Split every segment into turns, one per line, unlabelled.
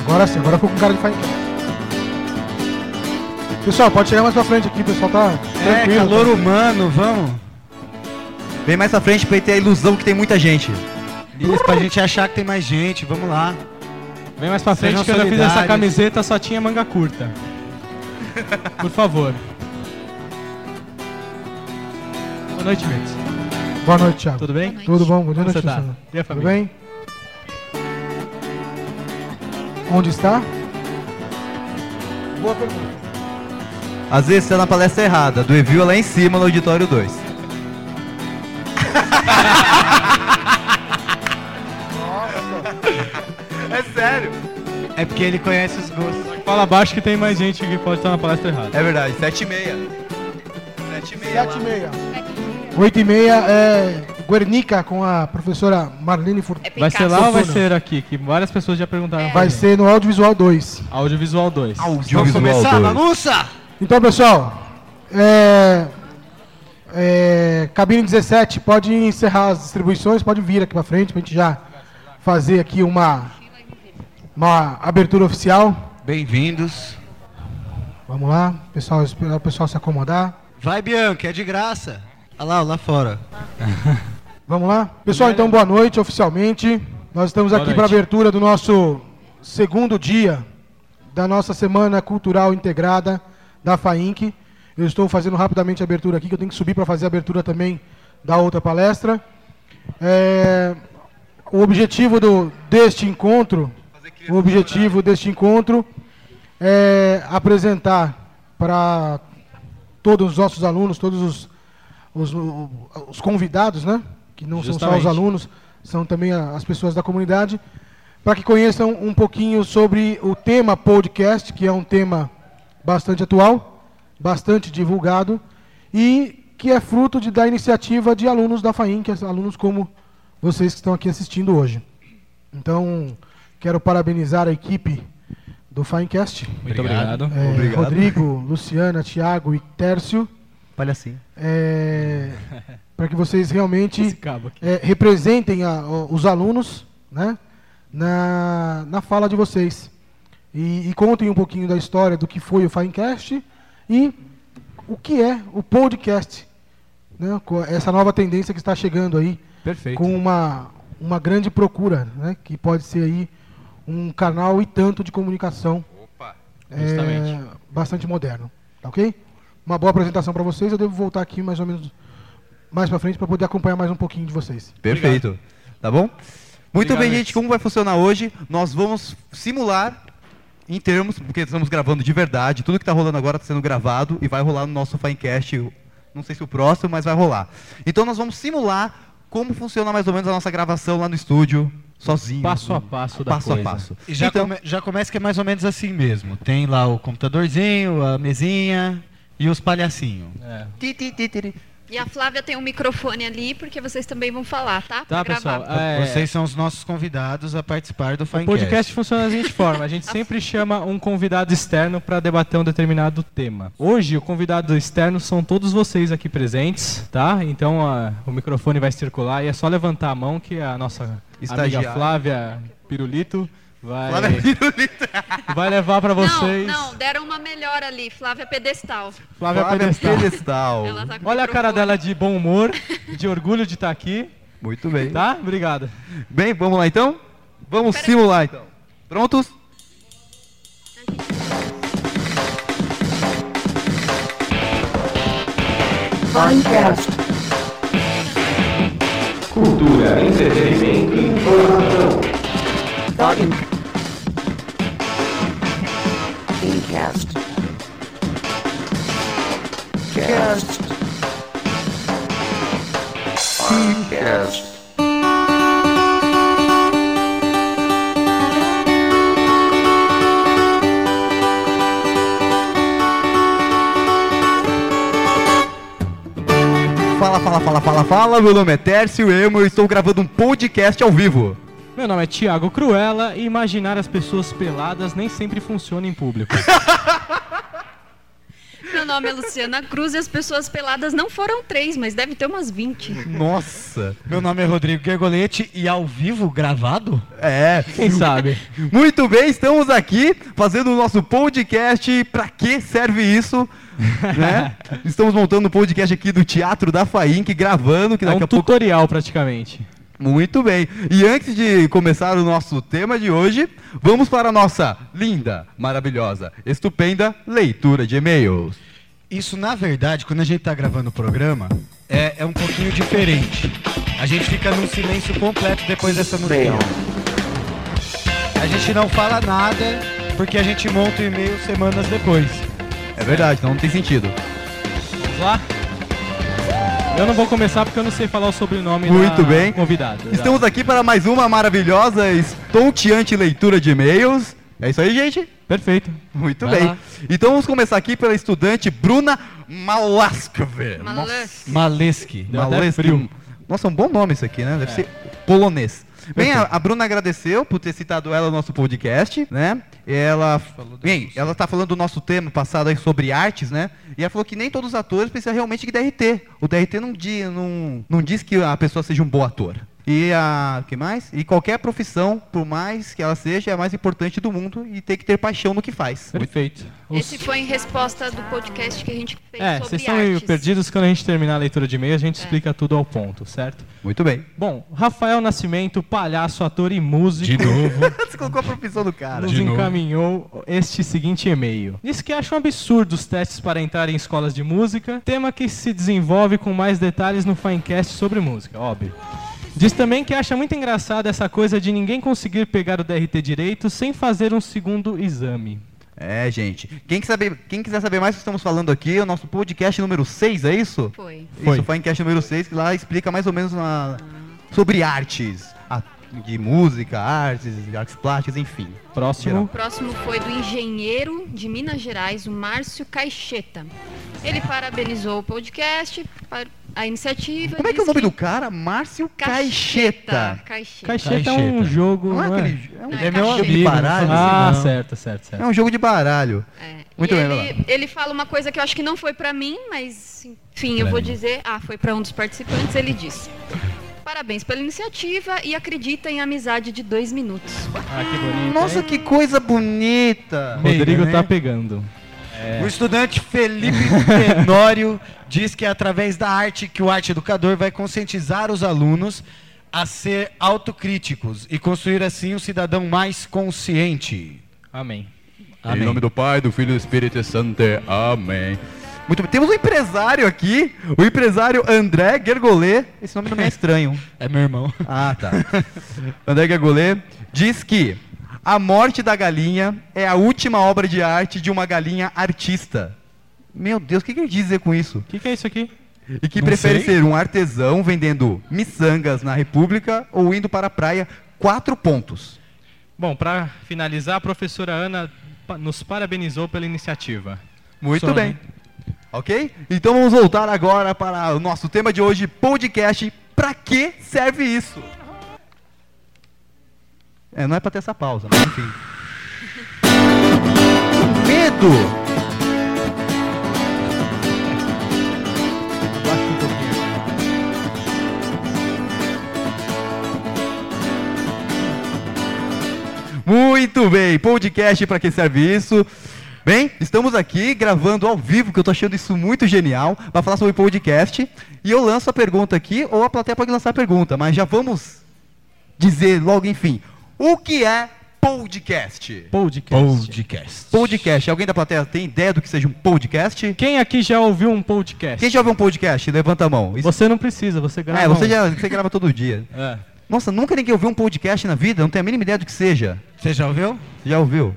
Agora sim, agora ficou com cara de faz. Pessoal, pode chegar mais pra frente aqui, pessoal tá
É,
tranquilo.
calor humano, vamos.
Vem mais pra frente pra ele ter a ilusão que tem muita gente.
Isso, pra gente achar que tem mais gente, vamos lá.
Vem mais pra frente
Sejam
que eu já fiz essa
solidários.
camiseta, só tinha manga curta. Por favor. Boa noite, Mendes.
Boa noite, Thiago.
Tudo bem?
Tudo bom? Boa
Como
noite,
você tá?
Luciano.
E a
Tudo
família?
bem? Onde está? Boa pergunta.
Às vezes você tá na palestra errada, do Evil é lá em cima no auditório 2. É sério?
É porque ele conhece os gostos.
Fala abaixo que tem mais gente que pode estar na palestra errada.
É verdade, 7 e meia. 7 e meia.
Sete e meia. Oito e meia é Guernica com a professora Marlene Furt...
É
Vai ser lá ou vai
Sofuna.
ser aqui? Que várias pessoas já perguntaram. pra
Vai
mim.
ser no Audiovisual 2.
Audiovisual 2.
Vamos começar, bagunça!
Então, pessoal, é... é, Cabine 17, pode encerrar as distribuições, pode vir aqui pra frente pra gente já fazer aqui uma, uma abertura oficial.
Bem-vindos.
Vamos lá, pessoal, esperar o pessoal se acomodar.
Vai, Bianca, é de graça. Olha lá, lá fora.
Vamos lá? Pessoal, então boa noite oficialmente. Nós estamos
Boa
aqui para a
noite.
abertura do nosso segundo dia da nossa Semana Cultural Integrada da FAINC. Eu estou fazendo rapidamente a abertura aqui, que eu tenho que subir para fazer a abertura também da outra palestra. É, o objetivo do, deste encontro, o objetivo deste encontro é apresentar para todos os nossos alunos, todos os, os, o- os convidados, né? Que não são só os
Justamente.
alunos, são também a- as pessoas da comunidade, para que conheçam um pouquinho sobre o tema podcast, que é um tema bastante atual, bastante divulgado e que é fruto de, da iniciativa de alunos da FAINC, alunos como vocês que estão aqui assistindo hoje. Então, quero parabenizar a equipe do FAINCast,
Muito obrigado.
é,
Obrigado.
Rodrigo, Luciana, Tiago e Tércio,
Olha assim.
para que vocês
Esse
realmente
cabo aqui.
é, representem a- o- os alunos né, na, na fala de vocês. E, e contem um pouquinho da história do que foi o Finecast e o que é o podcast. né, com essa nova tendência que está chegando aí,
Perfeito.
com uma, uma grande procura, né, que pode ser aí um canal e tanto de comunicação
Opa.
é,
Justamente.
bastante moderno, tá ok? Uma boa apresentação para vocês. Eu devo voltar aqui mais ou menos mais para frente para poder acompanhar mais um pouquinho de vocês.
Perfeito. Tá bom? Muito
Obrigado,
bem,
Alex.
gente. Como vai funcionar hoje? Nós vamos simular em termos, porque estamos gravando de verdade. Tudo que está rolando agora está sendo gravado e vai rolar no nosso Finecast. Não sei se o próximo, mas vai rolar. Então nós vamos simular como funciona mais ou menos a nossa gravação lá no estúdio, sozinho.
Passo a passo da
Passo
coisa.
a passo.
E já,
então,
come- já começa que é mais ou menos assim mesmo. Tem lá o computadorzinho, a mesinha e os palhacinhos.
É.
ti, ti, ti, ti, ti.
E a Flávia tem um microfone ali, porque vocês também vão falar, tá?
Tá,
Pra
pessoal.
gravar.
É,
Vocês são os nossos convidados a participar do
O
Finecast.
podcast funciona da seguinte forma: a gente sempre chama um convidado externo para debater um determinado tema. Hoje, o convidado externo são todos vocês aqui presentes, tá? Então a- o microfone vai circular e é só levantar a mão que a nossa
Estagiária.
amiga Flávia Pirulito vai,
Flávia Pirulito.
vai levar para vocês.
Não, não, deram uma melhor ali, Flávia Pedestal.
Flávia,
Flávia
Pedestal.
Pedestal.
Ela tá com
Olha a
microfone.
cara dela de bom humor, de orgulho de estar aqui,
Muito bem.
tá? Obrigado.
Bem, vamos lá então? Vamos simular então. Prontos?
Cultura, entretenimento e informação.
Cast. Cast. Podcast.
Fala, fala, fala, fala, fala. Meu nome é Tércio Emo e eu estou gravando um podcast ao vivo.
Meu nome é Thiago Cruella e imaginar as pessoas peladas nem sempre funciona em público.
Meu nome é Luciana Cruz e as pessoas peladas não foram três, mas deve ter umas 20.
Nossa!
Meu nome é Rodrigo Gergolete e ao vivo gravado?
É.
Quem sabe?
Muito bem, estamos aqui fazendo o nosso podcast. Pra que serve isso? né? Estamos montando o podcast aqui do Teatro da Faink, gravando, que
É
daqui
um
a pouco.
tutorial praticamente.
Muito bem. E antes de começar o nosso tema de hoje, vamos para a nossa linda, maravilhosa, estupenda leitura de e-mails.
Isso, na verdade, quando a gente tá gravando o programa, é, é um pouquinho diferente. A gente fica num silêncio completo depois dessa musiquinha. A gente não fala nada porque a gente monta o e-mail semanas depois.
É verdade, então não tem sentido.
Vamos lá? Eu não vou começar porque eu não sei falar o sobrenome
Muito
da
bem.
convidada.
Então-
Estamos aqui para mais uma maravilhosa, estonteante leitura de e-mails. É isso aí, gente?
Perfeito.
Muito
Vai
bem.
lá.
Então vamos começar aqui pela estudante Bruna Malaskove.
Malas.
Maleski.
Deu até
Malesky.
frio. É.
Nossa, um bom nome isso aqui, né? Deve ser polonês. Bem, a, a Bruna agradeceu por ter citado ela no nosso podcast, né? Ela, bem, ela tá falando do nosso tema passado aí sobre artes, né? E ela falou que nem todos os atores precisam realmente de DRT. O DRT não, di, não, não diz que a pessoa seja um bom ator. E a, que mais? E qualquer profissão, por mais que ela seja, é a mais importante do mundo e tem que ter paixão no que faz.
Perfeito. Os-
Esse foi em resposta do podcast que a gente fez
É,
sobre
vocês estão meio
artes. É.
perdidos quando a gente terminar a leitura de e-mail, a gente explica tudo ao ponto, certo?
Muito bem.
Bom, Rafael Nascimento, palhaço, ator e músico.
novo.
Você colocou a profissão do cara.
nos
De novo.
encaminhou este seguinte e-mail. Diz que acha um absurdo os testes para entrar em escolas de música, tema que se desenvolve com mais detalhes no Finecast sobre música, óbvio. Diz também que acha muito engraçada essa coisa de ninguém conseguir pegar o DRT direito sem fazer um segundo exame.
É, gente. Quem, quer saber- quem quiser saber mais do que estamos falando aqui, é o nosso podcast número 6, é isso?
Foi.
Foi.
Isso, foi em cast número 6, que lá explica mais ou menos na- sobre artes. A- de música, artes, de artes plásticas, enfim.
Próximo.
O próximo foi do engenheiro de Minas Gerais, o Márcio Caixeta. Ele parabenizou o podcast, par- a iniciativa.
Como é que é o
diz
nome do cara? Márcio Caixeta.
Caixeta. Caixeta.
Caixeta, é um
Caixeta.
jogo.
Não é
não é?
aquele. É um,
É meu
jogo de
amigo, né?
baralho?
Ah,
assim, não.
certo, certo, certo.
É um jogo de baralho.
É.
Muito
E
bem, vai
ele, ele fala uma coisa que eu acho que não foi pra mim, mas enfim, eu vou dizer. Ah, foi pra um dos participantes. Ele disse: Parabéns pela iniciativa e acredita em amizade de dois minutos.
Ah, que bonito.
Nossa,
hein?
que coisa bonita!
Rodrigo
né?
tá pegando.
É. O estudante Felipe Tenório diz que é através da arte que o arte educador vai conscientizar os alunos a ser autocríticos e construir assim um cidadão mais consciente.
Amém.
Amém.
do Pai, do Filho e do Espírito Santo. Amém. Muito bem. Temos um empresário aqui, o empresário André Gergolê. Esse nome não me é estranho.
É meu irmão.
Ah, tá. André Gergolê diz que A Morte da Galinha é a última obra de arte de uma galinha artista. Meu Deus, o que, que ele quis dizer com isso?
O que, que é isso aqui?
E que
Não
prefere
sei.
ser um artesão vendendo miçangas na República ou indo para a praia? Quatro pontos.
Bom, para finalizar, a professora Ana pa- nos parabenizou pela iniciativa.
Muito
Só,
bem.
né?
Ok? Então vamos voltar agora para o nosso tema de hoje, podcast. Pra que serve isso? É, não é pra ter essa pausa, mas enfim. Medo! Abaixa um pouquinho. Muito bem, podcast pra que serve isso? Bem, estamos aqui gravando ao vivo, que eu tô achando isso muito genial, para falar sobre podcast. E eu lanço a pergunta aqui, ou a plateia pode lançar a pergunta, mas já vamos dizer logo, enfim, o que é podcast?
Podcast.
Podcast.
Podcast. Alguém da plateia tem ideia do que seja um podcast?
Quem aqui já ouviu um podcast?
Quem já ouviu um podcast? Levanta a mão. Isso-
Você não precisa, você grava.
Ah, você
um.
já você grava todo dia.
É.
Nossa, nunca ninguém ouviu um podcast na vida, não tem a mínima ideia do que seja.
Você já ouviu?
Já ouviu?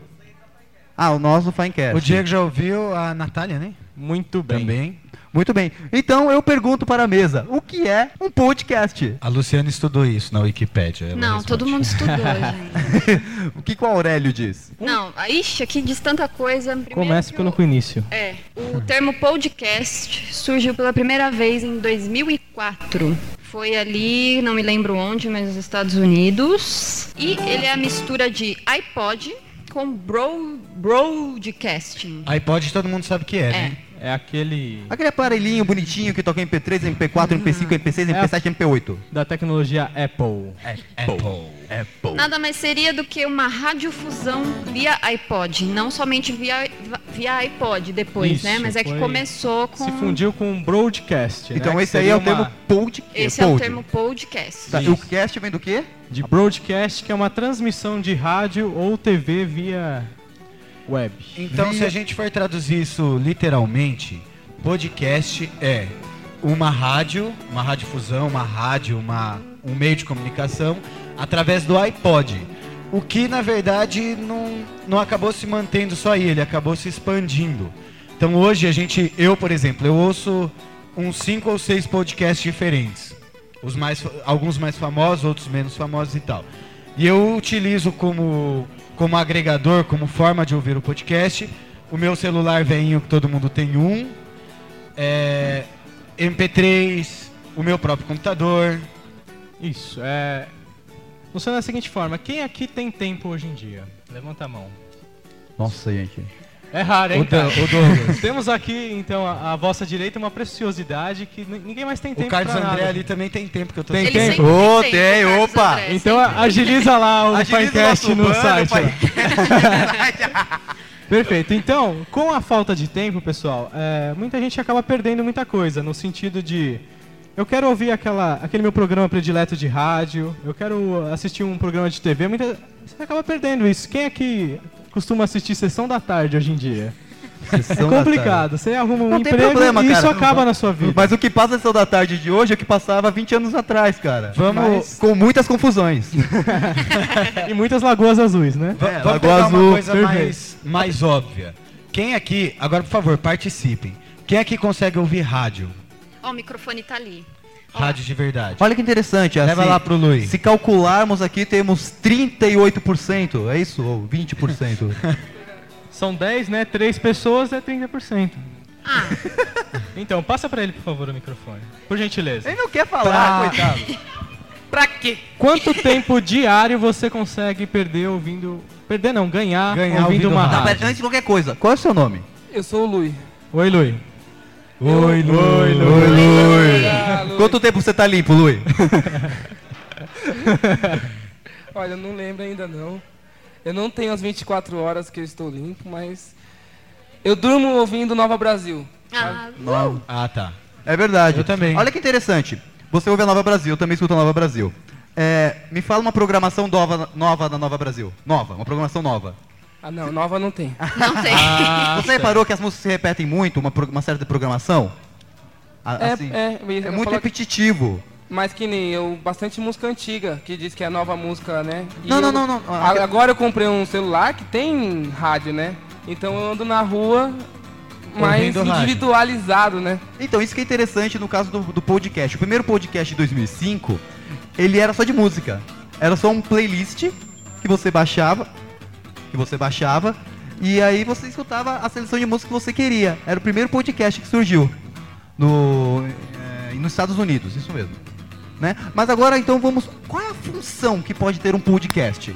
Ah, o nosso Finecast.
O Diego já ouviu, a Natália, né?
Muito bem.
Também.
Muito bem. Então eu pergunto para a mesa, o que é um podcast?
A Luciana estudou isso na Wikipédia. ela
Não,
responde.
todo mundo estudou, gente.
o que, que o Aurélio diz?
Não, ah, ixi, aqui diz tanta coisa. Primeiro
Comece
que
pelo
o-
início.
É, o termo podcast surgiu pela primeira vez em 2004. Foi ali, não me lembro onde, mas nos Estados Unidos. E ele é a mistura de iPod com bro, broadcasting.
iPod todo mundo sabe que é,
É.
né?
É aquele
Aquele aparelhinho bonitinho que toca MP3, MP4, MP5, MP6, MP7, MP8.
da tecnologia Apple.
Nada mais seria do que uma radiofusão via iPod, não somente via, via iPod depois,
Isso,
né? Mas é que
foi-
começou com.
Se fundiu com um broadcast, né?
Então
Que
esse aí
seria
é o
uma-
termo podcast.
Esse é o termo podcast.
Tá, e o cast vem do quê?
de broadcast, que é uma transmissão de rádio ou TV via web.
Então, se a gente for traduzir isso literalmente, podcast é uma rádio, uma radiodifusão, uma rádio, uma, um meio de comunicação através do iPod. O que, na verdade, não, não acabou se mantendo só aí, ele acabou se expandindo. Então, hoje a gente, eu, por exemplo, eu ouço uns cinco ou seis podcasts diferentes os mais, fa- alguns mais famosos, outros menos famosos e tal. E eu utilizo como, como agregador, como forma de ouvir o podcast, o meu celular veinho, que todo mundo tem um, é, MP3, o meu próprio computador.
Isso, é. Funciona da seguinte forma: quem aqui tem tempo hoje em dia? Levanta a mão.
Nossa, gente.
É raro, hein?
O Dan-
cara?
o Douglas.
Temos aqui, então, à à vossa direita uma preciosidade que n- ninguém mais tem tempo.
o Carlos
pra nada.
André ali também tem tempo que eu tô
Tem
Ele
tempo.
sempre
Ô,
tem,
tem,
o Carlos
opa!
André,
Então a- agiliza lá o
Agiliza o
podcast
nosso
no
banner,
site.
pai.
ó. Perfeito. Então, com a falta de tempo, pessoal, é, muita gente acaba perdendo muita coisa, no sentido de eu quero ouvir aquela, aquele meu programa predileto de rádio, eu quero assistir um programa de TV, muita, você acaba perdendo isso. Quem é que costuma assistir sessão da tarde hoje em dia? É complicado. Você arruma um
Não tem
emprego
problema,
e isso
cara.
acaba na sua vida.
Mas o que passa na sessão da tarde de hoje é o que passava 20 anos atrás, cara.
Vamos-
Mas- com muitas confusões.
E muitas lagoas azuis, né?
Va-
É,
Vamos
Lagoa
pegar uma
Azul,
coisa
perfeito.
mais, mais óbvia. Quem aqui, agora por favor, participem. Quem aqui consegue ouvir rádio?
Ó, o microfone tá ali. Ó,
Rádio de verdade.
Olha que interessante.
Leva
assim,
lá pro Luiz.
Se calcularmos aqui, temos 38%. É isso? Ou 20%?
São 10, né? 3 pessoas é 30%.
Ah.
Então, passa pra ele, por favor, o microfone. Por gentileza.
Ele não quer falar,
Pra-
coitado.
Pra quê?
Quanto tempo diário você consegue perder ouvindo... Perder não, ganhar,
Ganhar
ouvindo,
ouvindo
uma
rádio.
Tá, pera,
rádio?
antes de qualquer coisa, qual é o seu nome?
Eu sou o Lui.
Oi, Lui.
Oi, Lu. Oi, Lu.
Ah, Lui.
Quanto tempo você tá limpo, Lui?
Olha, eu não lembro ainda não. Eu não tenho as 24 horas que eu estou limpo, mas eu durmo ouvindo Nova Brasil.
Ah,
Ah, tá.
É verdade.
Eu também.
Olha que interessante. Você ouve a Nova Brasil, eu também escuto a Nova Brasil. É, me fala uma programação nova, nova da Nova Brasil. Nova, uma programação nova.
Ah, não, Nova não tem.
não tem.
Você reparou que as músicas se repetem muito, uma, pro- uma certa programação? A-
É,
assim,
é, eu ia
é muito
falar que-
repetitivo.
Mas que nem eu, bastante música antiga, que diz que é nova música, né? E
Não, não,
eu-
não, não.
A- Agora eu comprei um celular que tem rádio, né? Então eu ando na rua, mas
Ouvindo rádio.
individualizado, né?
Então, isso que é interessante no caso do, do podcast. O primeiro podcast de 2005, ele era só de música. Era só um playlist que você baixava, que você baixava, e aí você escutava a seleção de música que você queria. Era o primeiro podcast que surgiu no, eh, nos Estados Unidos, isso mesmo. Né? Mas agora, então, vamos... Qual é a função que pode ter um podcast?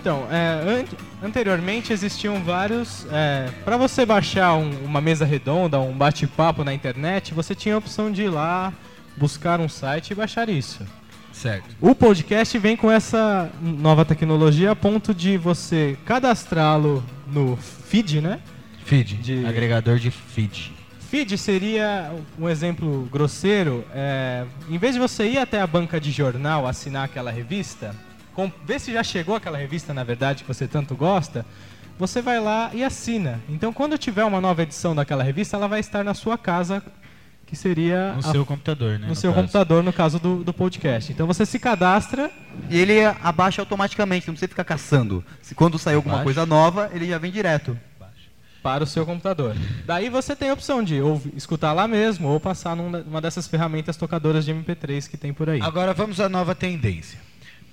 Então, é, ante- anteriormente existiam vários. É, para você baixar um- uma mesa redonda, um bate-papo na internet, você tinha a opção de ir lá, buscar um site e baixar isso.
Certo.
O podcast vem com essa nova tecnologia a ponto de você cadastrá-lo no feed, né?
Feed.
De-
Agregador de feed.
Feed seria um exemplo grosseiro. é, em vez de você ir até a banca de jornal assinar aquela revista, com, ver se já chegou aquela revista, na verdade, que você tanto gosta, você vai lá e assina. Então, quando tiver uma nova edição daquela revista, ela vai estar na sua casa, que seria
No
a-
seu computador, né?
Ah, no seu
caso.
computador, no caso do, do podcast. Então, você se cadastra
E ele abaixa automaticamente, não precisa ficar caçando. Se quando sair alguma
Abaixa.
coisa nova, ele já vem direto.
para o seu computador. Daí você tem a opção de ou escutar lá mesmo ou passar numa numa dessas ferramentas tocadoras de MP3 que tem por aí.
Agora vamos à nova tendência.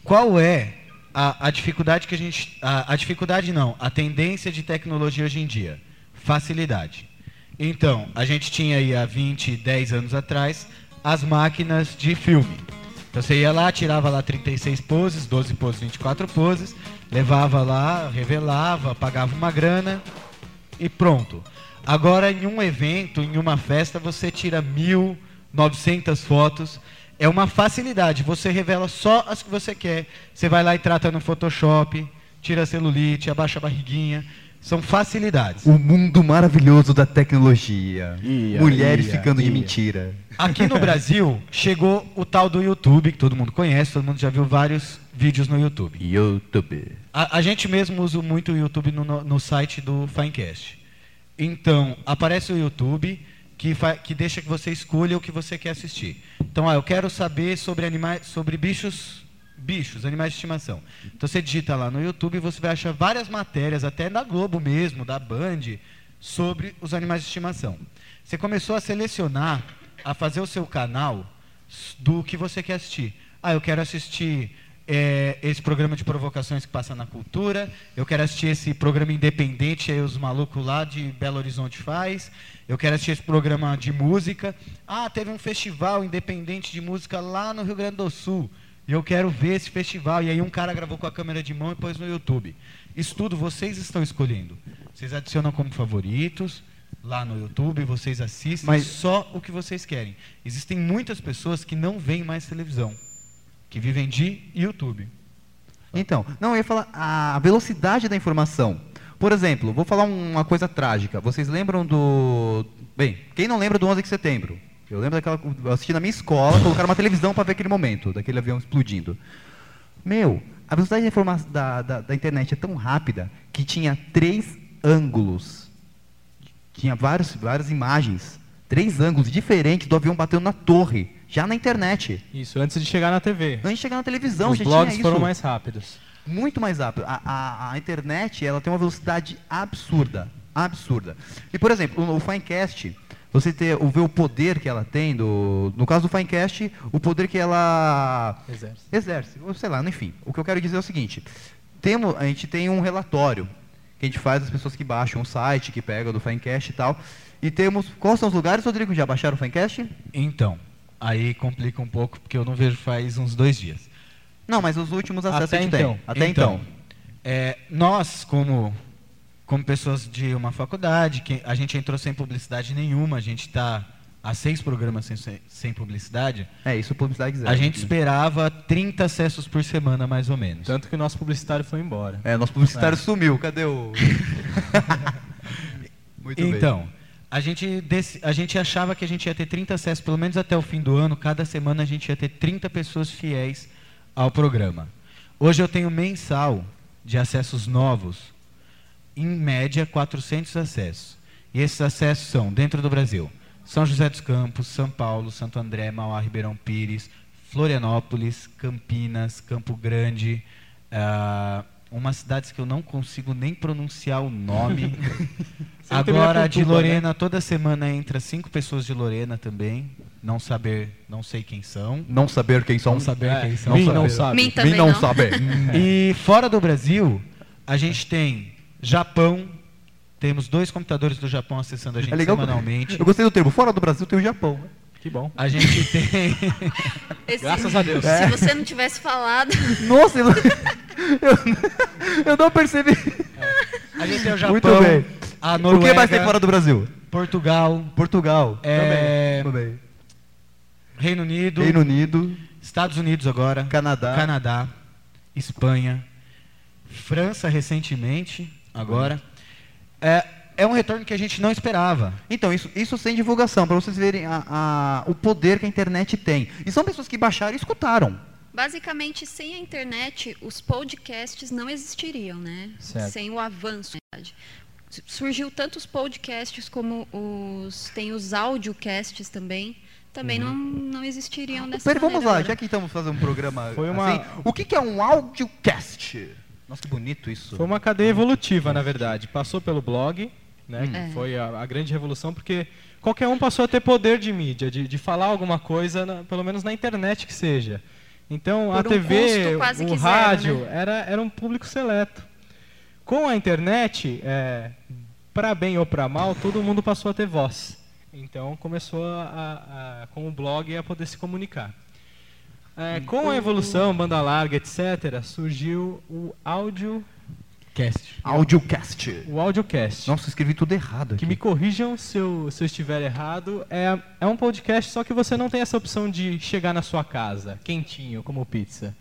Qual é a, a dificuldade que a gente. A, a dificuldade não, a tendência de tecnologia hoje em dia? Facilidade. Então, a gente tinha aí há 20, 10 anos atrás as máquinas de filme. Então você ia lá, tirava lá 36 poses, 12 poses, 24 poses, levava lá, revelava, pagava uma grana e pronto. Agora, em um evento, em uma festa, você tira 1.900 fotos. É uma facilidade. Você revela só as que você quer. Você vai lá e trata no Photoshop, tira a celulite, abaixa a barriguinha. São facilidades.
O mundo maravilhoso da tecnologia.
Ia,
Mulheres
ia,
ficando de
ia.
mentira.
Aqui no Brasil, chegou o tal do YouTube, que todo mundo conhece, todo mundo já viu vários vídeos no YouTube.
YouTube.
A, a gente mesmo usa muito o YouTube no, no- no site do Finecast. Então, aparece o YouTube que, fa- que deixa que você escolha o que você quer assistir. Então, ah, eu quero saber sobre animais, sobre bichos, bichos, animais de estimação. Então você digita lá no YouTube e você vai achar várias matérias, até da Globo mesmo, da Band, sobre os animais de estimação. Você começou a selecionar, a fazer o seu canal s- do que você quer assistir. Ah, eu quero assistir é, esse programa de provocações que passa na cultura, eu quero assistir esse programa independente, aí os malucos lá de Belo Horizonte faz, eu quero assistir esse programa de música. Ah, teve um festival independente de música lá no Rio Grande do Sul. E eu quero ver esse festival. E aí um cara gravou com a câmera de mão e pôs no YouTube. Isso tudo vocês estão escolhendo. Vocês adicionam como favoritos, lá no YouTube, vocês assistem
Mas-
só o que vocês querem. Existem muitas pessoas que não veem mais televisão, que vivem de YouTube.
Então, não, eu ia falar a velocidade da informação. Por exemplo, vou falar um, uma coisa trágica. Vocês lembram do. Bem, quem não lembra do 11 de setembro? Eu lembro daquela. Eu assisti na minha escola, colocaram uma televisão para ver aquele momento, daquele avião explodindo. Meu, a velocidade da, informa- da, da, da internet é tão rápida que tinha três ângulos. Tinha vários, várias imagens. Três ângulos diferentes do avião batendo na torre, já na internet.
Isso, antes de chegar na TV.
Antes de chegar na televisão,
Os
já
blogs
tinha isso
foram mais rápidos.
muito mais rápido. A, a- a internet ela tem uma velocidade absurda, absurda. E por exemplo, o, o Finecast, você ter, o, ver o poder que ela tem do, no caso do Finecast, o poder que ela
Exército.
exerce, ou sei lá, enfim. O que eu quero dizer é o seguinte: temos, a gente tem um relatório que a gente faz das pessoas que baixam o site, que pega do Finecast e tal. E temos quais são os lugares, Rodrigo? Já baixaram o Finecast?
Então, aí complica um pouco, porque eu não vejo faz uns dois dias.
Não, mas os últimos acessos
Até
a gente
então.
tem. Até então.
É, nós, como, como pessoas de uma faculdade, que a gente entrou sem publicidade nenhuma, a gente está há seis programas sem, sem- sem publicidade,
É isso, publicidade zero.
a gente
né?
esperava 30 acessos por semana, mais ou menos.
Tanto que o nosso publicitário foi embora.
É, nosso publicitário sumiu. Cadê o. Muito
então, a gente, dec- a gente achava que a gente ia ter 30 acessos, pelo menos até o fim do ano, cada semana a gente ia ter 30 pessoas fiéis ao programa. Hoje eu tenho mensal de acessos novos, em média 400 acessos. E esses acessos são, dentro do Brasil, São José dos Campos, São Paulo, Santo André, Mauá, Ribeirão Pires, Florianópolis, Campinas, Campo Grande, ah, umas cidades que eu não consigo nem pronunciar o nome.
Você não terminou
Agora
com
de
Cuba, né?
Lorena, toda semana entra cinco pessoas de Lorena também, não saber, não sei quem são.
Não saber quem são.
Não saber quem são.
Ah, Mim não sabe.
Mim também
Me não,
não.
saber.
E fora do Brasil, a gente tem Japão, temos dois computadores do Japão acessando a gente
É legal.
semanalmente.
Eu gostei do termo. Fora do Brasil tem o Japão.
Que bom.
A gente tem.
Esse-
Graças a Deus.
Se você não tivesse falado,
Nossa, eu, eu- eu não percebi.
A gente tem o Japão,
Muito bem.
a
O
Noruega,
que mais tem fora do Brasil?
Portugal,
Portugal.
É,
Também. Também.
Reino Unido,
Reino Unido,
Estados Unidos agora,
Canadá.
Canadá, Espanha, França recentemente, agora. É, é um retorno que a gente não esperava.
Então, isso, isso sem divulgação, para vocês verem a- a- o poder que a internet tem. E são pessoas que baixaram e escutaram.
basicamente, sem a internet, os podcasts não existiriam, né?
Certo.
Sem o avanço. na verdade. S- Surgiu tanto os podcasts como os. Tem os audiocasts também. Também não, não existiriam dessa
Pera, vamos
maneira
lá,
agora.
já que estamos fazendo um programa
Foi uma-
assim, o que, que é um audiocast? Nossa, que bonito isso.
Foi uma cadeia evolutiva, na verdade. Passou pelo blog, né? que
É.
Foi a, a grande revolução, porque qualquer um passou a ter poder de mídia, de, de falar alguma coisa, na- pelo menos na internet que seja. Então, a
Por um
TV,
custo quase
o
que zero, né?
rádio, era, era um público seleto. Com a internet, é, para bem ou para mal, todo mundo passou a ter voz. Então, começou a- a- com o blog a poder se comunicar. É, com a evolução, banda larga, etc., surgiu o áudio Cast.
Audiocast.
O audiocast.
Nossa, eu escrevi tudo errado
Que
aqui.
me corrijam se eu, se eu estiver errado. É, é um podcast, só que você não tem essa opção de chegar na sua casa, quentinho, como pizza.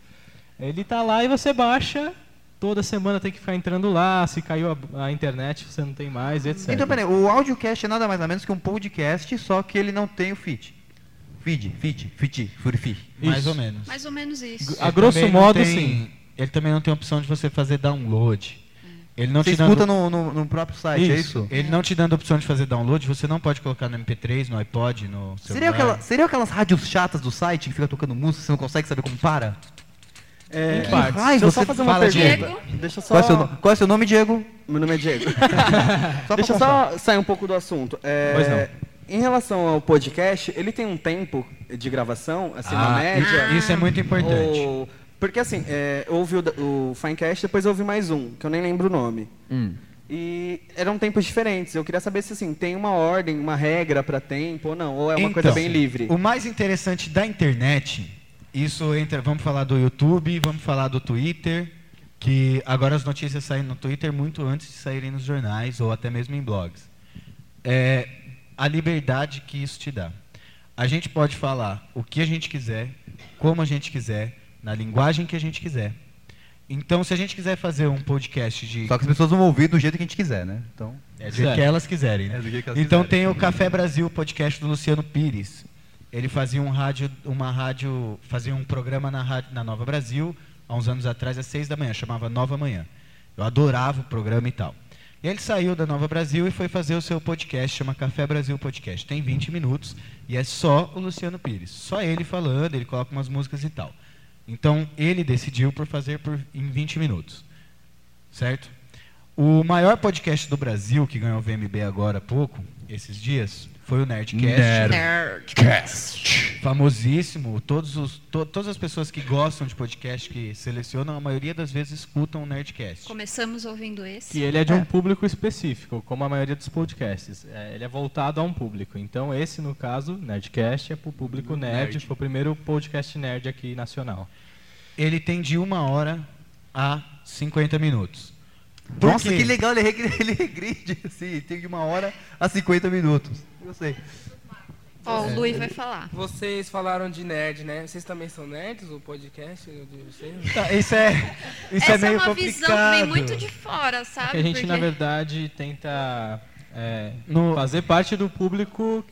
Ele tá lá e você baixa. Toda semana tem que ficar entrando lá. Se caiu a, a internet, você não tem mais, etc.
Então, peraí, o audiocast é nada mais nada menos que um podcast, só que ele não tem o feed. Feed, feed, feed, furifi.
Mais
Isso.
ou menos.
Mais ou menos isso.
A grosso
Também não
modo,
tem-
sim.
Ele também não tem a opção de você fazer download. Ele não
Você
te dando-
escuta no, no, no próprio site, é isso?
Ele não te dando a opção de fazer download, você não pode colocar no MP3, no iPod, no
Seria,
celular.
aquela, seria aquelas rádios chatas do site que fica tocando música, você não consegue saber como para?
É,
Que
partes?
raiva,
deixa eu só
você
fazer uma
fala, Diego.
pergunta.
Diego?
Deixa eu só.
Qual é, seu, no- qual é seu nome, Diego?
Meu nome é Diego.
Só pra
Deixa eu
constar.
só sair um pouco do assunto. É,
Pois não.
Em relação ao podcast, ele tem um tempo de gravação, assim, na
Ah,
média.
isso- Isso é muito importante.
Ou- Porque assim, é, eu ouvi o, da- o Finecast, depois eu ouvi mais um, que eu nem lembro o nome.
Hum.
E eram tempos diferentes. Eu queria saber se assim, tem uma ordem, uma regra pra tempo ou não, ou é uma coisa
Então,
bem livre.
O mais interessante da internet, isso entra, vamos falar do YouTube, vamos falar do Twitter, que agora as notícias saem no Twitter muito antes de saírem nos jornais ou até mesmo em blogs. É a liberdade que isso te dá. A gente pode falar o que a gente quiser, como a gente quiser, na linguagem que a gente quiser. Então, se a gente quiser fazer um podcast de
Só que as pessoas vão ouvir do jeito que a gente quiser, né? Então,
é do jeito que elas quiserem,
É
né?
do jeito que elas
então
quiserem.
tem o Café Brasil, podcast do Luciano Pires. Ele fazia um rádio, uma rádio, fazia um programa na rádio, na Nova Brasil, há uns anos atrás, às seis da manhã, chamava Nova Manhã. Eu adorava o programa e tal. E ele saiu da Nova Brasil e foi fazer o seu podcast, chama Café Brasil Podcast. Tem 20 minutos e é só o Luciano Pires. Só ele falando, ele coloca umas músicas e tal. Então ele decidiu por fazer por, em 20 minutos certo? O maior podcast do Brasil, que ganhou o VMB agora há pouco, esses dias, foi o Nerdcast. Famosíssimo. Todos os, to- todas as pessoas que gostam de podcast, que selecionam, a maioria das vezes escutam o Nerdcast.
Começamos ouvindo esse.
Que ele é de um público específico, como a maioria dos podcasts. É, ele é voltado a um público. Então, esse, no caso, Nerdcast, é pro público nerd.
Nerd.
Foi o primeiro podcast nerd aqui nacional.
Ele tem de uma hora a 50 minutos. Por
nossa,
quê?
que legal, ele, regre, ele regride assim, tem de uma hora a 50 minutos. Eu sei.
Ó, o Luiz vai falar.
Vocês falaram de nerd, né? Vocês também são nerds, o podcast de vocês?
Tá, Isso é, isso
Essa
é meio
uma visão que vem
complicado.
muito de fora, sabe?
Que a gente,
Porque
na verdade, tenta é,
No-
fazer parte do público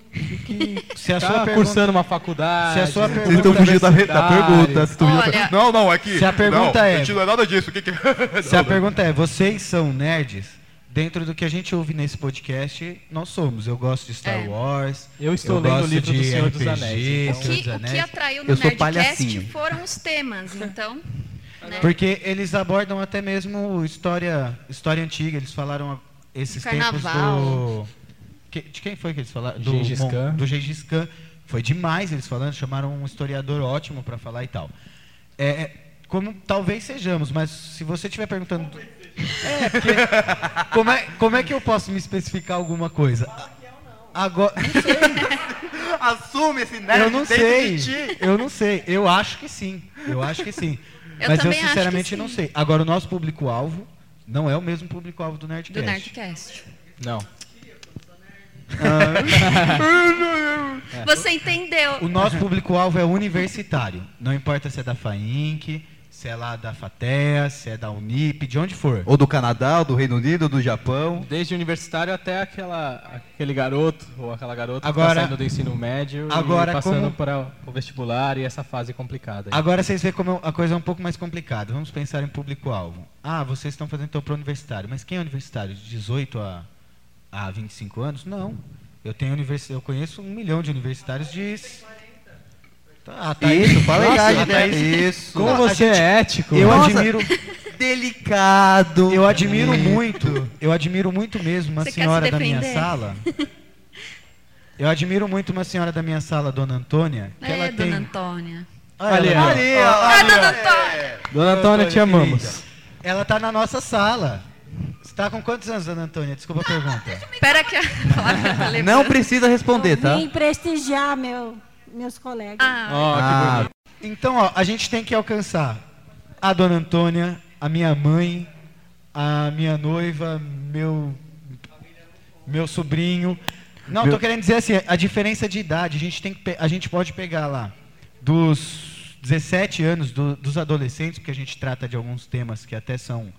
que
Se a
está
sua
cursando
pergunta-
uma faculdade.
se a sua
um
pergunta-
Vocês estão fugindo da, da pergunta. vocês estão fugindo da-
Olha,
Não, não, é que.
Se a pergunta
não,
é-
gente, Não é nada disso. O que, que é?
Se a pergunta é, vocês são nerds? Dentro do que a gente ouve nesse podcast, nós somos. Eu gosto de Star
É.
Wars.
Eu estou lendo o
gosto
livro do
de
Senhor dos
RPG,
Anéis,
o
então.
Senhor dos
que, o que
Anéis,
atraiu no
Eu sou
Nerdcast
palhacinho.
foram os temas, então. né?
Porque eles abordam até mesmo história, história antiga. Eles falaram esses
Carnaval.
tempos do... que- de quem foi que eles falaram?
Gengis
Mon-
Khan.
Do Gengis Khan. Foi demais eles falando. Chamaram um historiador ótimo para falar e tal. É, é, como talvez sejamos, mas se você estiver perguntando... É, porque- como, é, como é que eu posso me especificar alguma coisa?
é
Agora...
Assume esse nerd
Eu não
dentro
sei.
de ti.
Eu não sei. Eu acho que sim. Eu acho que sim.
Eu
Mas eu
também acho que
sinceramente
sim.
não sei. Agora, o nosso público-alvo não é o mesmo público-alvo do
Do
É.
Nerdcast.
Nerdcast.
Não.
É.
Você entendeu.
O nosso público-alvo é universitário. Não importa se é da FAINC, se é lá da FATEA, se é da Unip, de onde for.
Ou do Canadá, ou do Reino Unido, ou do Japão.
Desde universitário até aquela, aquele garoto ou aquela garota que
Agora-
tá saindo do ensino médio
agora
e passando
como-
para o vestibular e essa fase complicada.
Agora vocês veem como a coisa é um pouco mais complicada. Vamos pensar em público-alvo. Ah, vocês estão fazendo então para universitário. Mas quem é universitário? De 18 a, a 25 anos? Não. Eu tenho universi eu conheço um milhão de universitários de. Tá, tá
Isso, fala
Nossa,
aí,
a Thaís-
né? Isso.
Como você é ético?
Eu
Nossa,
admiro,
Delicado.
eu admiro muito, eu admiro muito mesmo uma
Você quer se
senhora da minha
defender?
sala. Eu admiro muito uma senhora da minha sala, Dona Antônia, que
É,
ela
dona
tem.
Antônia.
Olha,
ela.
ela- é
Ah, dona Antônia!
Dona Antônia, te amamos.
Ela tá na nossa sala. Você tá com quantos anos, Dona Antônia? Desculpa a pergunta.
Espera que a palavra tá lembrando.
É. Não precisa responder, tá?
Vim prestigiar meu, meus colegas.
Ah,
Ó, que
Ah,
bonito.
Então, ó, a gente tem que alcançar a Dona Antônia, a minha mãe, a minha noiva, meu meu sobrinho. Não,
Meu-
tô querendo dizer assim, a diferença de idade, a gente tem que pe- a gente pode pegar lá dos 17 anos do- dos adolescentes, porque a gente trata de alguns temas que até são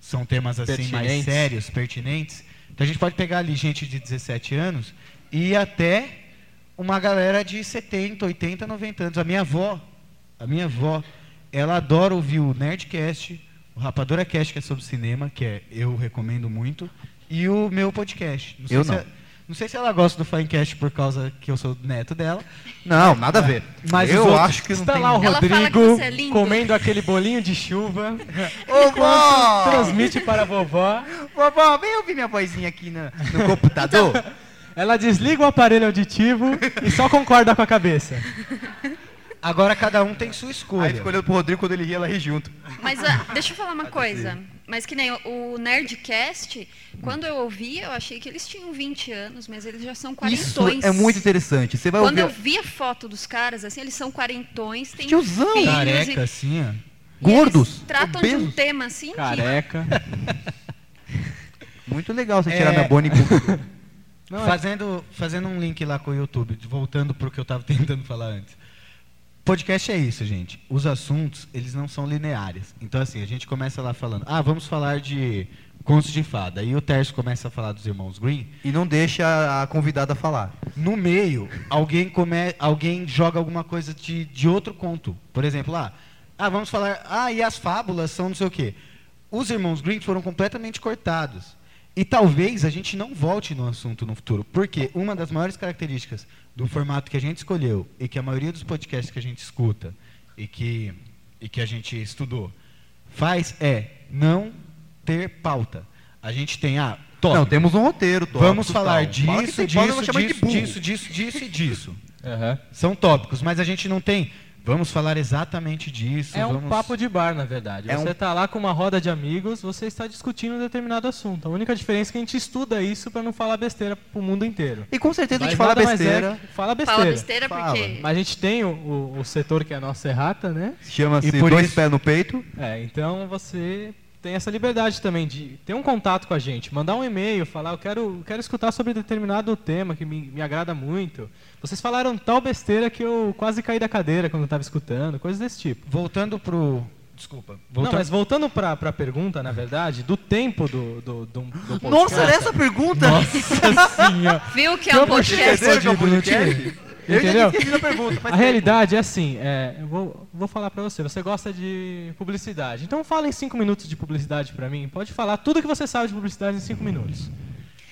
são temas assim mais
Pertinentes.
sérios, pertinentes. Então a gente pode pegar ali gente de 17 anos e até uma galera de 70, 80, 90 anos. A minha avó, a minha avó, ela adora ouvir o Nerdcast, o Rapadura Cast que é sobre cinema, que é eu recomendo muito, e o meu podcast. sei
Eu
se
não.
ela- não sei se ela gosta do Finecast por causa que eu sou neto dela.
Não, nada a ver.
Mas
Eu
os outros-
acho que não
está
tem
lá o
Ela fala que
Rodrigo
você é lindo.
comendo aquele bolinho de chuva.
Ô, vó!
Transmite para a vovó.
Vovó, vem ouvir minha vozinha aqui na- no computador.
Ela desliga o aparelho auditivo e só concorda com a cabeça.
Agora cada um tem sua escolha.
Aí fica olhando pro Rodrigo quando ele ria, ela ri junto.
Mas ah, deixa eu falar uma coisa. Mas que nem o o Nerdcast, quando eu ouvi, eu achei que eles tinham 20 anos, mas eles já são
Isso
quarentões.
é muito interessante. Você vai
Quando eu
ouvir.
vi a foto dos caras, assim, eles são quarentões, têm
Tiozão.
filhos e
Careca, assim, ó.
Gordos.
tratam de um
obesos.
tema assim que-
Careca.
Muito legal você tirar
É.
minha bone e
Não, é-
fazendo, fazendo um link lá com o YouTube, de- voltando pro que eu tava tentando falar antes. Podcast é isso, gente. Os assuntos, eles não são lineares. Então, assim, a gente começa lá falando, ah, vamos falar de contos de fada. Aí o Tércio começa a falar dos irmãos Green.
E não deixa a convidada falar.
No meio, alguém, come, alguém joga alguma coisa de, de outro conto. Por exemplo, ah, ah, vamos falar, ah, e as fábulas são não sei o quê. Os irmãos Grimm foram completamente cortados. E talvez a gente não volte no assunto no futuro, porque uma das maiores características do formato que a gente escolheu e que a maioria dos podcasts que a gente escuta e que, e que a gente estudou faz é não ter pauta. A gente tem ah, a
Não, temos um roteiro, tópicos,
Vamos falar
tal. Fala que
disso,
tem pauta, eu vou
disso,
chamar de
disso,
burro.
disso, disso, disso e disso. São tópicos, mas a gente não tem. Vamos falar exatamente disso.
É um
vamos-
papo de bar, na verdade.
É
você
um-
tá lá com uma roda de amigos, você está discutindo um determinado assunto. A única diferença é que a gente estuda isso para não falar besteira pro mundo inteiro.
E com certeza a gente
Mas
fala
nada mais
besteira.
é que- fala besteira.
Fala besteira porque-
Mas a gente tem o, o- o setor que é a nossa errata, né?
Chama-se
E por
dois
isso-
pés no peito.
É, então você tem essa liberdade também de ter um contato com a gente, mandar um e-mail, falar, eu quero, quero escutar sobre determinado tema que me, me agrada muito. Vocês falaram tal besteira que eu quase caí da cadeira quando eu estava escutando, coisas desse tipo.
Voltando pro. Desculpa.
Não, mas voltando pra, pra pergunta, na verdade, do tempo do, do, do, do podcast.
Nossa, era essa a pergunta?
Nossa senhora.
Viu que é um
Como eu tinha
podcast?
respondido, não tinha? Entendeu?
esquecido a pergunta, faz
A realidade é assim, é, eu vou, vou falar pra você, você gosta de publicidade. Então fala em 5 minutos de publicidade pra mim. Pode falar tudo que você sabe de publicidade em 5 minutos.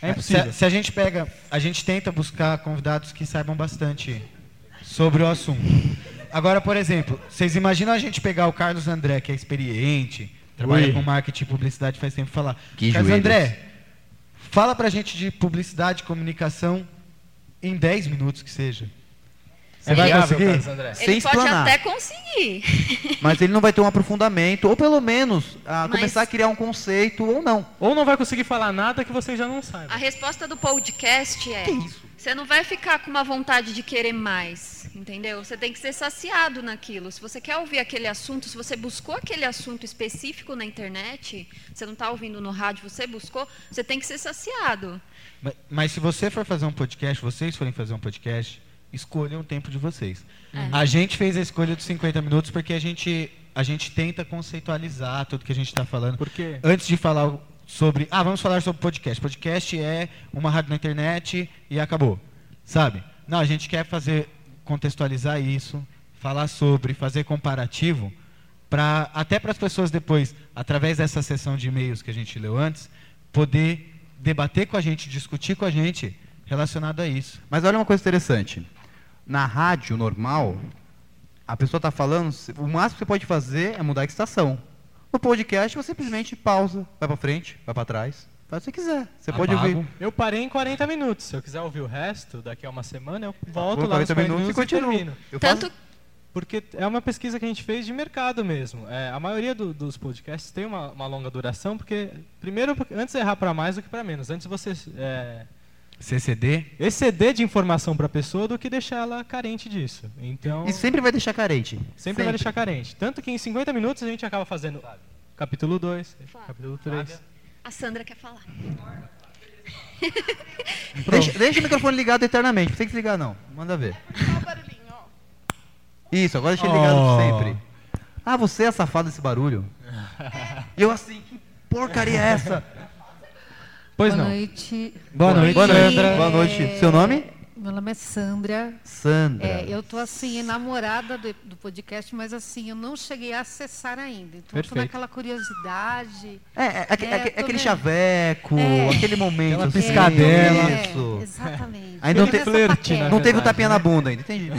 É
se,
impossível.
a, se a gente pega. A gente tenta buscar convidados que saibam bastante sobre o assunto. Agora, por exemplo, vocês imaginam a gente pegar o Carlos André, que é experiente, trabalha
Ui.
com marketing e publicidade faz tempo, e falar.
Que
Carlos
joelhos.
André, fala pra gente de publicidade e comunicação em 10 minutos que seja. Você é,
é,
vai
viável,
conseguir?
Carlos André?
Ele
Sem
pode
explanar.
até conseguir.
Mas ele não vai ter um aprofundamento, ou pelo menos a
Mas-
começar a criar um conceito, ou não.
Ou não vai conseguir falar nada que você já não saiba.
A resposta do podcast é: você não vai ficar com uma vontade de querer mais, entendeu? Você tem que ser saciado naquilo. Se você quer ouvir aquele assunto, se você buscou aquele assunto específico na internet, você não está ouvindo no rádio, você buscou, você tem que ser saciado.
Ma- Mas se você for fazer um podcast, vocês forem fazer um podcast, escolham o tempo de vocês.
É.
A gente fez a escolha dos 50 minutos porque a gente, a gente tenta conceitualizar tudo que a gente está falando.
Por quê?
Antes de falar o- sobre. Ah, vamos falar sobre podcast. Podcast é uma rádio na internet e acabou. Sabe? Não, a gente quer fazer. contextualizar isso, falar sobre, fazer comparativo, pra, até para as pessoas depois, através dessa sessão de e-mails que a gente leu antes, poder debater com a gente, discutir com a gente relacionado a isso.
Mas olha uma coisa interessante. Na rádio normal, a pessoa tá falando, se- o máximo que você pode fazer é mudar a estação. No podcast, você simplesmente pausa, vai para frente, vai para trás, faz o que você quiser. Você pode
Apago.
ouvir.
Eu parei em 40 minutos. Se eu quiser ouvir o resto, daqui a uma semana, eu volto
Vou
lá nos
40
40
minutos
minutos,
e continuo.
e termino.
Eu faço-
Tanto
Porque é uma pesquisa que a gente fez de mercado mesmo. É, a maioria do- dos podcasts tem uma, uma longa duração, porque, primeiro, porque antes errar para mais do que para menos. Antes você é,
CCD?
exceder de informação para a pessoa do que deixar ela carente disso. Então,
E sempre vai deixar carente.
sempre vai deixar carente. Tanto que em 50 minutos a gente acaba fazendo capítulo 2, capítulo 3.
A Sandra quer falar.
Deixa, deixa o microfone ligado eternamente, não tem que desligar não. Manda ver. Isso, agora deixa ele ligado
Oh.
sempre. Ah, você é safado desse barulho? E eu assim, que porcaria é essa?
Boa
Pois não.
noite.
Boa noite, Boa noite. Sandra. Boa noite. Seu nome?
Meu nome é Sandra.
Sandra.
É, eu tô assim, enamorada do, do podcast, mas assim, eu não cheguei a acessar ainda. Então eu tô
Perfeito.
naquela curiosidade.
É, é, aque- aque-
tô
aquele
meio-
chaveco,
É.
aquele momento.
Aquela
assim,
piscadela. É,
Isso.
exatamente.
Ainda não,
Aquele
te...
flerte, na
não teve o
verdade,
tapinha
né?
na bunda ainda, entendi.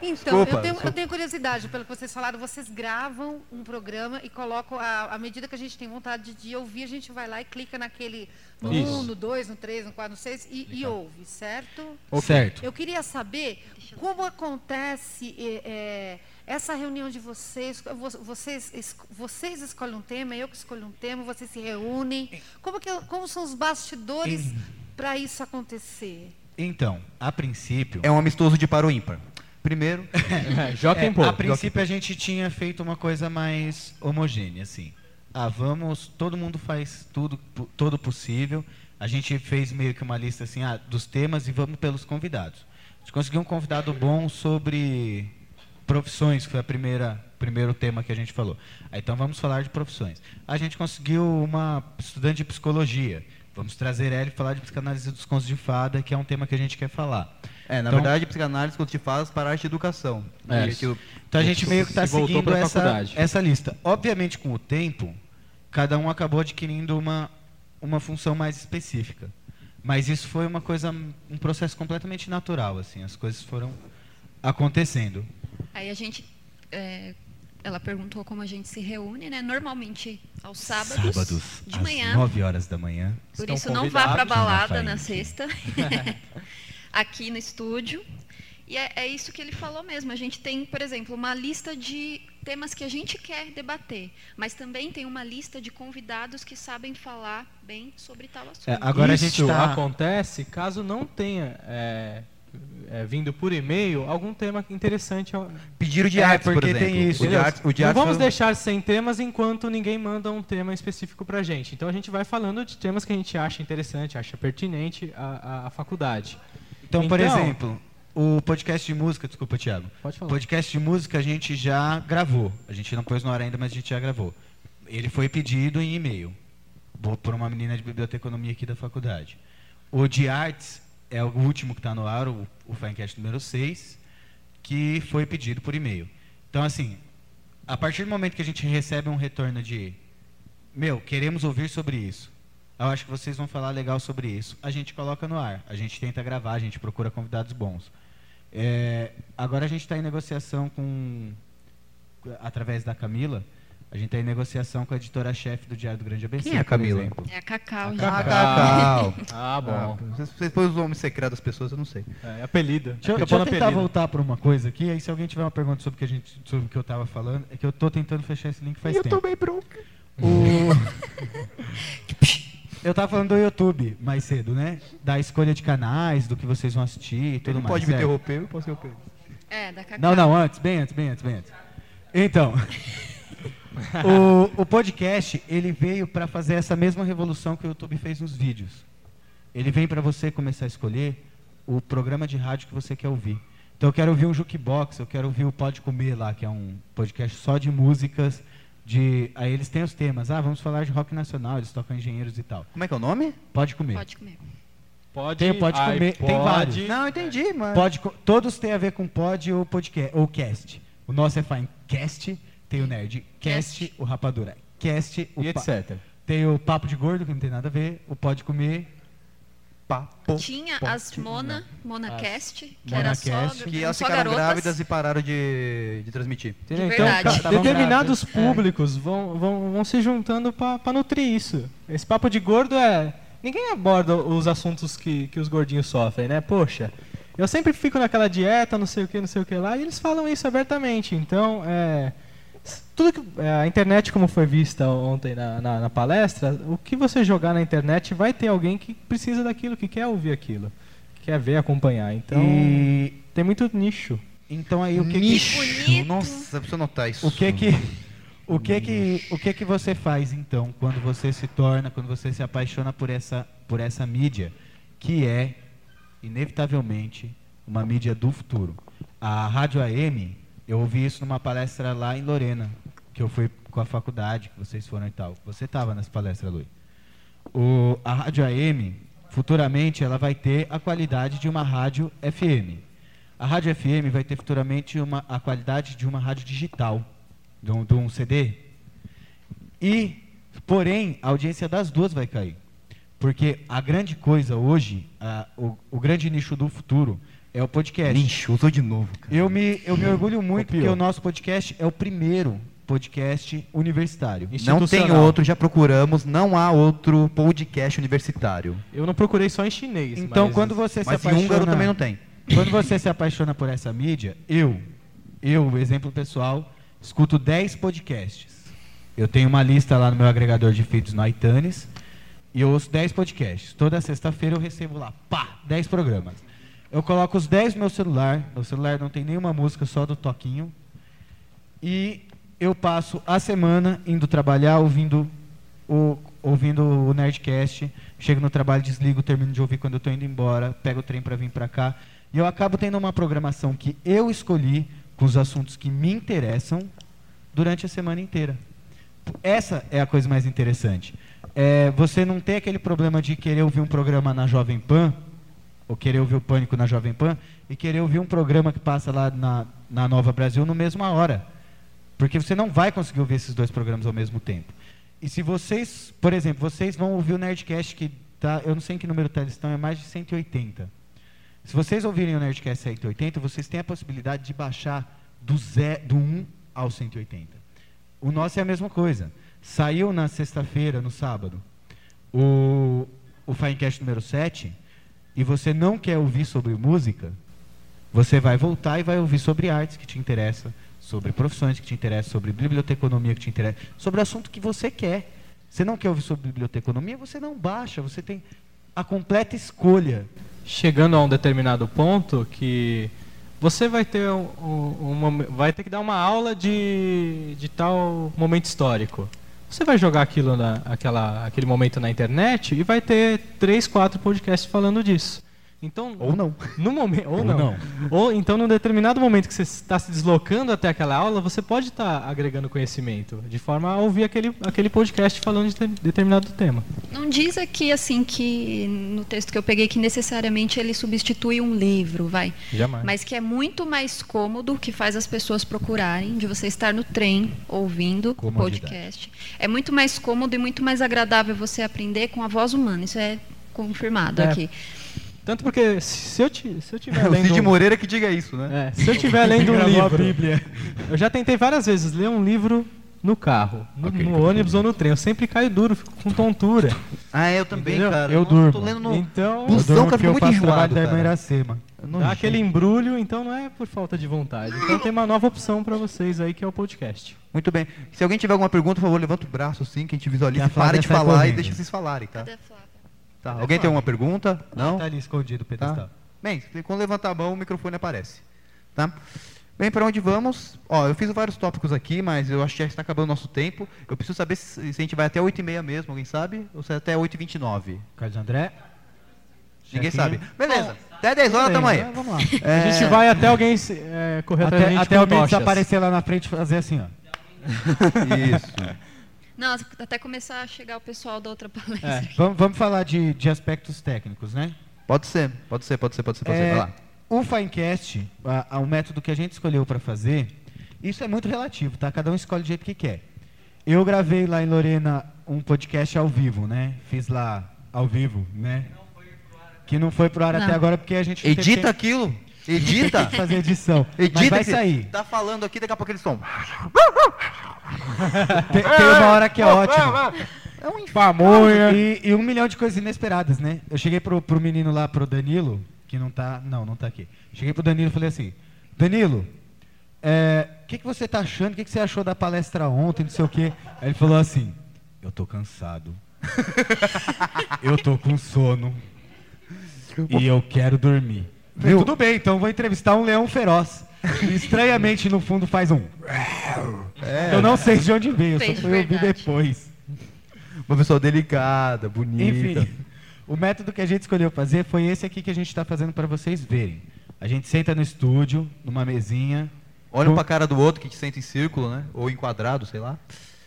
Então,
Desculpa,
eu, tenho,
desculpa.
eu tenho curiosidade pelo que vocês falaram. Vocês gravam um programa e colocam, a- à medida que a gente tem vontade de ouvir, a gente vai lá e clica naquele no
Isso.
1, no 2, no 3, no 4, no 6 e, e ouve, certo?
Ok. Certo.
Eu queria saber como acontece eh, eh, essa reunião de vocês. Vo- Vocês, es- vocês escolhem um tema, eu que escolho um tema, vocês se reúnem. Como, que, como são os bastidores para isso acontecer?
Então, a princípio.
É um amistoso de para o ímpar. Primeiro.
É, A princípio a gente tinha feito uma coisa mais homogênea, assim. Ah, vamos, todo mundo faz tudo, po- todo possível. A gente fez meio que uma lista assim, ah, dos temas e vamos pelos convidados. A gente conseguiu um convidado bom sobre profissões, que foi a primeira primeiro tema que a gente falou. Ah, então vamos falar de profissões. A gente conseguiu uma estudante de psicologia. Vamos trazer ela e falar de psicanálise dos contos de fada, que é um tema que a gente quer falar.
É, na
Então-
verdade, psicanálise, quando te faz, para a arte de educação.
é.
Que o-
Então a gente meio que está
se voltou
seguindo
pra
essa,
faculdade.
essa lista. Obviamente, com o tempo, cada um acabou adquirindo uma, uma função mais específica. Mas isso foi uma coisa, um processo completamente natural, assim. As coisas foram acontecendo.
Aí a gente. é, ela perguntou como a gente se reúne, né? Normalmente aos sábados,
Sábados,
de
às
manhã.
9 horas da manhã.
Por
Estão
isso não vá para
né,
convidados.
balada na
Rafael.
sexta, aqui no estúdio. E é, é isso que ele falou mesmo. A gente tem, por exemplo, uma lista de temas que a gente quer debater, mas também tem uma lista de convidados que sabem falar bem sobre tal assunto.
É,
Isso
tá-
acontece caso não tenha é, é, vindo por e-mail algum tema interessante. ao-
Pedido de
é,
artes, por
porque
exemplo.
tem isso.
O de
entendeu?
artes- o de
não
artes
vamos
foi um-
deixar sem temas enquanto ninguém manda um tema específico pra gente. Então a gente vai falando de temas que a gente acha interessante, acha pertinente à, à- à faculdade.
Então, por exemplo, o podcast de música, desculpa, Thiago.
Pode falar.
Podcast de música a gente já gravou. A gente não pôs no ar ainda, mas a gente já gravou. Ele foi pedido em e-mail bo- por uma menina de biblioteconomia aqui da faculdade. O de artes é o último que está no ar, o, o Finecast número 6, que foi pedido por e-mail. Então, assim, a partir do momento que a gente recebe um retorno de meu, queremos ouvir sobre isso. Eu acho que vocês vão falar legal sobre isso. A gente coloca no ar, a gente tenta gravar, a gente procura convidados bons. É, agora a gente está em negociação com, através da Camila, a gente está em negociação com a editora-chefe do Diário do Grande ABC.
Quem é a
por
Camila?
exemplo.
É a Cacau, gente.
Ah, Cacau.
Ah, bom.
Ah, vocês, vocês põem os nomes secretos das pessoas, eu não sei.
É, apelido.
Deixa, eu- deixa
um
eu tentar voltar para uma coisa aqui, aí se alguém tiver uma pergunta sobre o que, a gente, sobre o que eu estava falando, é que eu estou tentando fechar esse link faz
Eu
tempo.
tomei bronca.
O... Eu tava falando do YouTube mais cedo, né? Da escolha de canais, do que vocês vão assistir e tudo
Ele
mais.
pode me
certo?
interromper, eu posso interromper.
É, da Cacau.
Não, não, antes, bem antes, bem antes, bem antes. Então, o, o podcast, ele veio para fazer essa mesma revolução que o YouTube fez nos vídeos. Ele vem para você começar a escolher o programa de rádio que você quer ouvir. Então, eu quero ouvir um jukebox, eu quero ouvir o Pode Comer lá, que é um podcast só de músicas. De, aí eles têm os temas. Ah, vamos falar de rock nacional, eles tocam engenheiros e tal.
Como é que é o nome?
Pode comer.
Pode comer.
Pode,
Tem, pode comer, tem
iPod,
vários.
Não, entendi, mas...
Pode, co- todos têm a ver com pod ou podcast ou cast. O nosso é Finecast, tem o Nerdcast, o Rapadura Cast, o
E
pa-
etc.
Tem o Papo de Gordo, que não tem nada a ver, o Pode Comer, Papo.
Tinha as Mona, Monacast, que era só,
Monacast,
Que
eram
elas
só
ficaram
garotas.
grávidas e pararam de, de transmitir.
Entendeu?
De
Então,
verdade. Tá
ca-
Estavam
determinados
grávidas, é.
públicos vão, vão, vão se juntando para nutrir isso. Esse papo de gordo é. Ninguém aborda os assuntos que, que os gordinhos sofrem, né? Poxa, eu sempre fico naquela dieta, não sei o que, não sei o que lá, e eles falam isso abertamente. Então, é. s- Tudo que, é, a internet, como foi vista ontem na, na, na palestra, o que você jogar na internet vai ter alguém que precisa daquilo, que quer ouvir aquilo, que quer ver, acompanhar. Então,
E
tem muito nicho.
Então aí o que
Nicho. Nossa, preciso anotar isso.
O que é que o que é que o que que você faz então quando você se torna, quando você se apaixona por essa por essa mídia que é inevitavelmente uma mídia do futuro? A Rádio AM, eu ouvi isso numa palestra lá em Lorena, que eu fui com a faculdade, que vocês foram e tal. Você estava nessa palestra, Luiz. O, a Rádio AM, futuramente, ela vai ter a qualidade de uma rádio FM. A Rádio FM vai ter futuramente uma, a qualidade de uma rádio digital, de um, de um CD. E, porém, a audiência das duas vai cair. Porque a grande coisa hoje, a- o, o grande nicho do futuro, é o podcast.
Nicho, usou de novo.
Eu me, eu me orgulho muito
Copiou.
porque o nosso podcast é o primeiro podcast universitário.
Não tem
Institucional.
outro, já procuramos, não há outro podcast universitário.
Eu não procurei só em chinês.
Então,
mas-
quando você
Mas
se
em
apaixona...
húngaro também não tem.
Quando você se apaixona por essa mídia, eu, eu, exemplo pessoal, escuto 10 podcasts. Eu tenho uma lista lá no meu agregador de feeds no iTunes e eu ouço 10 podcasts. Toda sexta-feira eu recebo lá, pá, 10 programas. Eu coloco os 10 no meu celular, meu celular não tem nenhuma música, só do toquinho. E eu passo a semana indo trabalhar ouvindo o, ouvindo o Nerdcast. Chego no trabalho, desligo, termino de ouvir quando eu estou indo embora, pego o trem para vir para cá. E eu acabo tendo uma programação que eu escolhi, com os assuntos que me interessam, durante a semana inteira. Essa é a coisa mais interessante. É, você não tem aquele problema de querer ouvir um programa na Jovem Pan, ou querer ouvir o Pânico na Jovem Pan, e querer ouvir um programa que passa lá na, na Nova Brasil na mesma hora. Porque você não vai conseguir ouvir esses dois programas ao mesmo tempo. E se vocês, por exemplo, vocês vão ouvir o Nerdcast que tá, eu não sei em que número tá, eles estão, é mais de 180. Se vocês ouvirem o Nerdcast 180, vocês têm a possibilidade de baixar do, ze- do 1 ao 180. O nosso é a mesma coisa. Saiu na sexta-feira, no sábado, o, o Finecast número 7, e você não quer ouvir sobre música, você vai voltar e vai ouvir sobre artes que te interessa, sobre profissões que te interessam, sobre biblioteconomia que te interessa, sobre o assunto que você quer. Você não quer ouvir sobre biblioteconomia, você não baixa, você tem a completa escolha.
chegando a um determinado ponto que você vai ter um- um- uma- vai ter que dar uma aula de, de tal momento histórico. Você vai jogar aquilo na, aquela, aquele momento na internet e vai ter três, quatro podcasts falando disso. Então,
ou não.
No momento, ou,
Ou
não.
não.
Ou então, num determinado momento que você está se deslocando até aquela aula, você pode estar agregando conhecimento, de forma a ouvir aquele, aquele podcast falando de te- determinado tema.
Não diz aqui assim que no texto que eu peguei que necessariamente ele substitui um livro, vai.
Jamais.
Mas que é muito mais cômodo, que faz as pessoas procurarem, de você estar no trem ouvindo o
Comodidade.
podcast. É muito mais cômodo e muito mais agradável você aprender com a voz humana. Isso é confirmado
É.
aqui.
Tanto porque se eu, ti- se eu tiver
É o
lendo
Cid
um-
Moreira que diga isso, né?
É, se eu estiver lendo um
Gravou a
livro,
Bíblia.
eu já tentei várias vezes ler um livro no carro, no, no ônibus ou no trem. Eu sempre caio duro, fico com tontura.
Ah, eu também, cara.
Eu
Nossa,
durmo.
tô lendo no
então,
busão, Eu durmo cara, porque fico eu muito faço enjoado, trabalho da cara.
Iracema.
Dá aquele embrulho, então não é por falta de vontade. Então tem uma nova opção pra vocês aí que é o podcast.
Muito bem. Se alguém tiver alguma pergunta, por favor, levanta o braço assim, que a gente visualiza.
Que a
para
Flávia
de
sai
falar e
correndo.
deixa vocês falarem, tá? Tá, alguém tem alguma pergunta? Não?
Tá ali escondido o pedestal.
Bem, quando levantar a mão, o microfone aparece. Tá? Bem, para onde vamos? Ó, eu fiz vários tópicos aqui, mas eu acho que já está acabando o nosso tempo. Eu preciso saber se, se a gente vai até 8h30 mesmo, alguém sabe? Ou se é até 8h29?
Carlos André?
Ninguém sabe.
Chefinho?
Beleza. Até 10 horas
Beleza,
tamo aí.
É, vamos lá.
A
É.
gente vai até alguém se- é, correr atrás da
Até,
gente
até
com
alguém
tochas.
desaparecer lá na frente e fazer assim, ó.
Isso.
Não, até começar a chegar o pessoal da outra palestra.
É, vamos, vamos falar de, de aspectos técnicos, né?
Pode ser, pode ser, pode ser, pode ser, pode ser.
É,
Então Vai lá.
O Finecast, a, a- o método que a gente escolheu para fazer, isso é muito relativo, tá? Cada um escolhe do jeito que quer. Eu gravei lá em Lorena um podcast ao vivo, né? Fiz lá ao vivo, né? Que não foi pro ar
Não.
até agora porque a gente não teve
Edita
tempo-
aquilo.
Tem
Edita.
que fazer edição.
Edita
Mas vai
que-
sair.
Tá falando aqui, daqui a pouco eles estão.
Tem, tem uma hora que é ótima.
É um
Pamonha. E, e um milhão de coisas inesperadas, né? Eu cheguei pro, pro menino lá, pro Danilo, que não tá. Não, não tá aqui. Cheguei pro Danilo e falei assim: Danilo, é, o que, que você tá achando? O que, que você achou da palestra ontem? Não sei o quê. Aí ele falou assim: Eu tô cansado. eu tô com sono. E eu quero dormir. Viu? Tudo bem, então vou entrevistar um leão feroz. E estranhamente no fundo faz um.
É.
Eu não sei de onde veio, só
Fez de
fui ouvir
verdade.
depois.
Uma pessoa delicada, bonita.
Enfim, o método que a gente escolheu fazer foi esse aqui que a gente está fazendo para vocês verem. A gente senta no estúdio, numa mesinha.
Olha um
com-
pra cara do outro que te senta em círculo, né? Ou em quadrado, sei lá.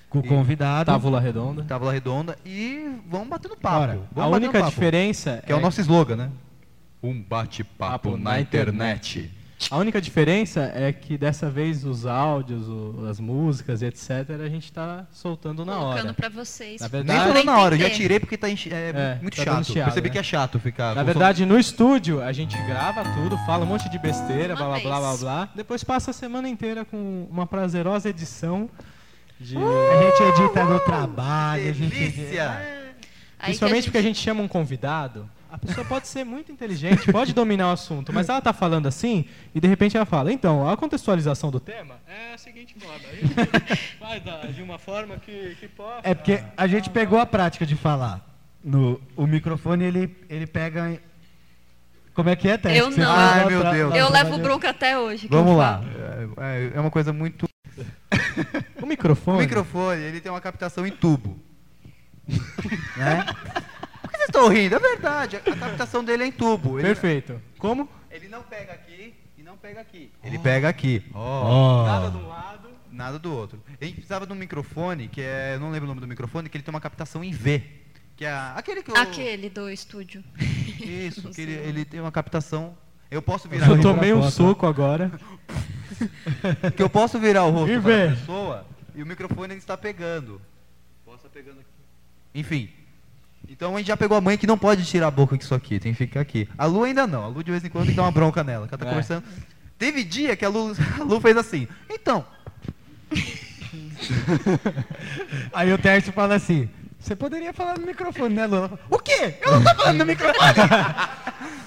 Com o convidado.
Tábula redonda.
Tábula redonda. E vamos batendo papo.
Ora,
vamos
a
um
batendo
única
papo.
diferença
Que é o
é-
nosso slogan, né? Um bate-papo
na internet. A única diferença é que dessa vez os áudios, o- as músicas, e etc., a gente está soltando na hora.
Colocando pra vocês.
Na
Nem
verdade,
falou na hora, eu já tirei porque tá enche-
Ah, É,
é, muito
tá dando
chato.
chiado,
Percebi
né?
que é chato ficar.
Na
com-
verdade, no estúdio, a gente grava tudo, fala um monte de besteira, blá blá blá blá blá. Depois passa a semana inteira com uma prazerosa edição de. É,
A gente edita no trabalho. a gente-
Aí que a
Principalmente
gente-
porque a gente chama um convidado. A pessoa pode ser muito inteligente, pode dominar o assunto, mas ela tá falando assim e de repente ela fala: então, a contextualização do tema é a seguinte forma. A gente vai dar de uma forma que, que possa.
É porque a gente pegou a prática de falar. No, o microfone ele, ele pega. Como é que é, Tess?
Eu
Que você
não.
fala
Ai,
lá
meu
pra-
Deus.
lá
Eu
pra
levo
dentro.
bronca até hoje. quem
Vamos
fala.
lá. É, é uma coisa muito.
O microfone.
O microfone, ele tem uma captação em tubo. né? Por que vocês estão rindo? É verdade, a a captação dele é em tubo. Ele-
Perfeito. Como?
Ele não pega aqui e não pega aqui. Ele pega aqui.
Ó.
Nada de um lado, nada do outro. A gente precisava de um microfone, que é. Eu não lembro o nome do microfone, que ele tem uma captação em V. Que é a- aquele que eu.
Aquele do estúdio.
Isso,
Não
que
sei.
ele, ele tem uma captação. Eu posso virar
Eu
o
tomei um
rosto-
soco agora.
Que eu posso virar o rosto
E
da
vê.
pessoa e o microfone ele está pegando. Posso estar pegando aqui. Enfim. Então a gente já pegou a mãe que não pode tirar a boca disso aqui, tem que ficar aqui. A Lu ainda não, a Lu de vez em quando tem que dar uma bronca nela, que ela tá
É.
conversando. Teve dia que a Lu, a Lu fez assim, então,
Aí o Tércio fala assim: Você poderia falar no microfone, né, Lula? O quê? Eu não tô falando no microfone!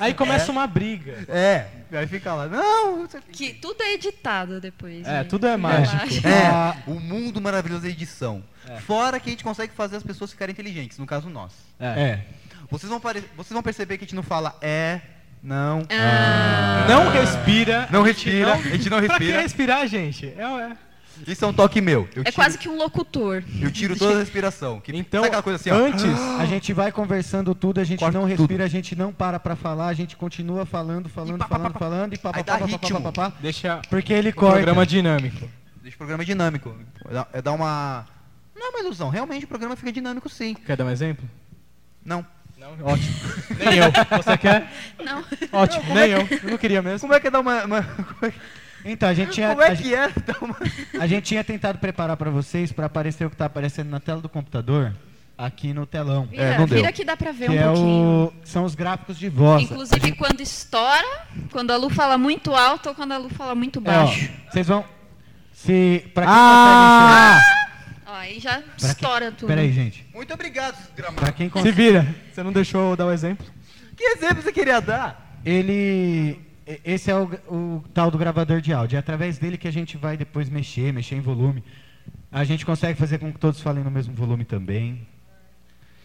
Aí começa uma briga.
É, aí fica lá, não, você
Que tudo é editado depois.
É,
né?
tudo é mágico.
É, o mundo maravilhoso da edição. Fora que a gente consegue fazer as pessoas ficarem inteligentes, no caso nós.
É.
Vocês vão, pare- vocês vão perceber que a gente não fala é, não,
Não respira.
não
a gente
respira, a gente não
Pra que
respira.
respirar, gente? É, é.
Isso é um toque meu. Eu
É
tiro,
quase que um locutor.
eu tiro toda a respiração. Que,
Então,
sabe aquela coisa assim, ó?
antes.
A gente vai conversando tudo, a gente
Corta
não
tudo.
respira, a gente não para pra falar, a gente continua falando, falando, falando, falando, e
Aí
papapá,
dá
papapá,
ritmo.
papapá.
Deixa
Porque ele
o programa é
corta.
dinâmico.
Ah, Deixa o programa é dinâmico. Dá- É dar uma. Não é uma ilusão, realmente o programa fica dinâmico sim.
Quer dar um exemplo?
Não.
Não, ótimo. Nem eu. Você quer?
Não.
Ótimo, nem eu. Eu não queria mesmo.
Como é que é dar uma. uma- como é que-
Então, a gente tinha.
como é
a gente-
que é dar uma.
A gente tinha tentado preparar pra vocês pra aparecer o que tá aparecendo na tela do computador, aqui no telão.
Vira,
É, não deu.
vira que dá pra ver
que
um
é
pouquinho.
o, são os gráficos de voz.
Inclusive quando estoura, quando a Lu fala muito alto ou quando a Lu fala muito
É, ó,
baixo.
vocês vão. Se. Pra quem
Ah!
Ó, aí já
quem-
estoura tudo.
Peraí, gente.
Muito obrigado,
Pra
Gramado.
quem
Se
consegue.
vira. Você não deixou eu dar o exemplo?
Que exemplo você queria dar?
Ele. e- Esse é o, o tal do gravador de áudio. É através dele que a gente vai depois mexer, mexer em volume. A gente consegue fazer com que todos falem no mesmo volume também.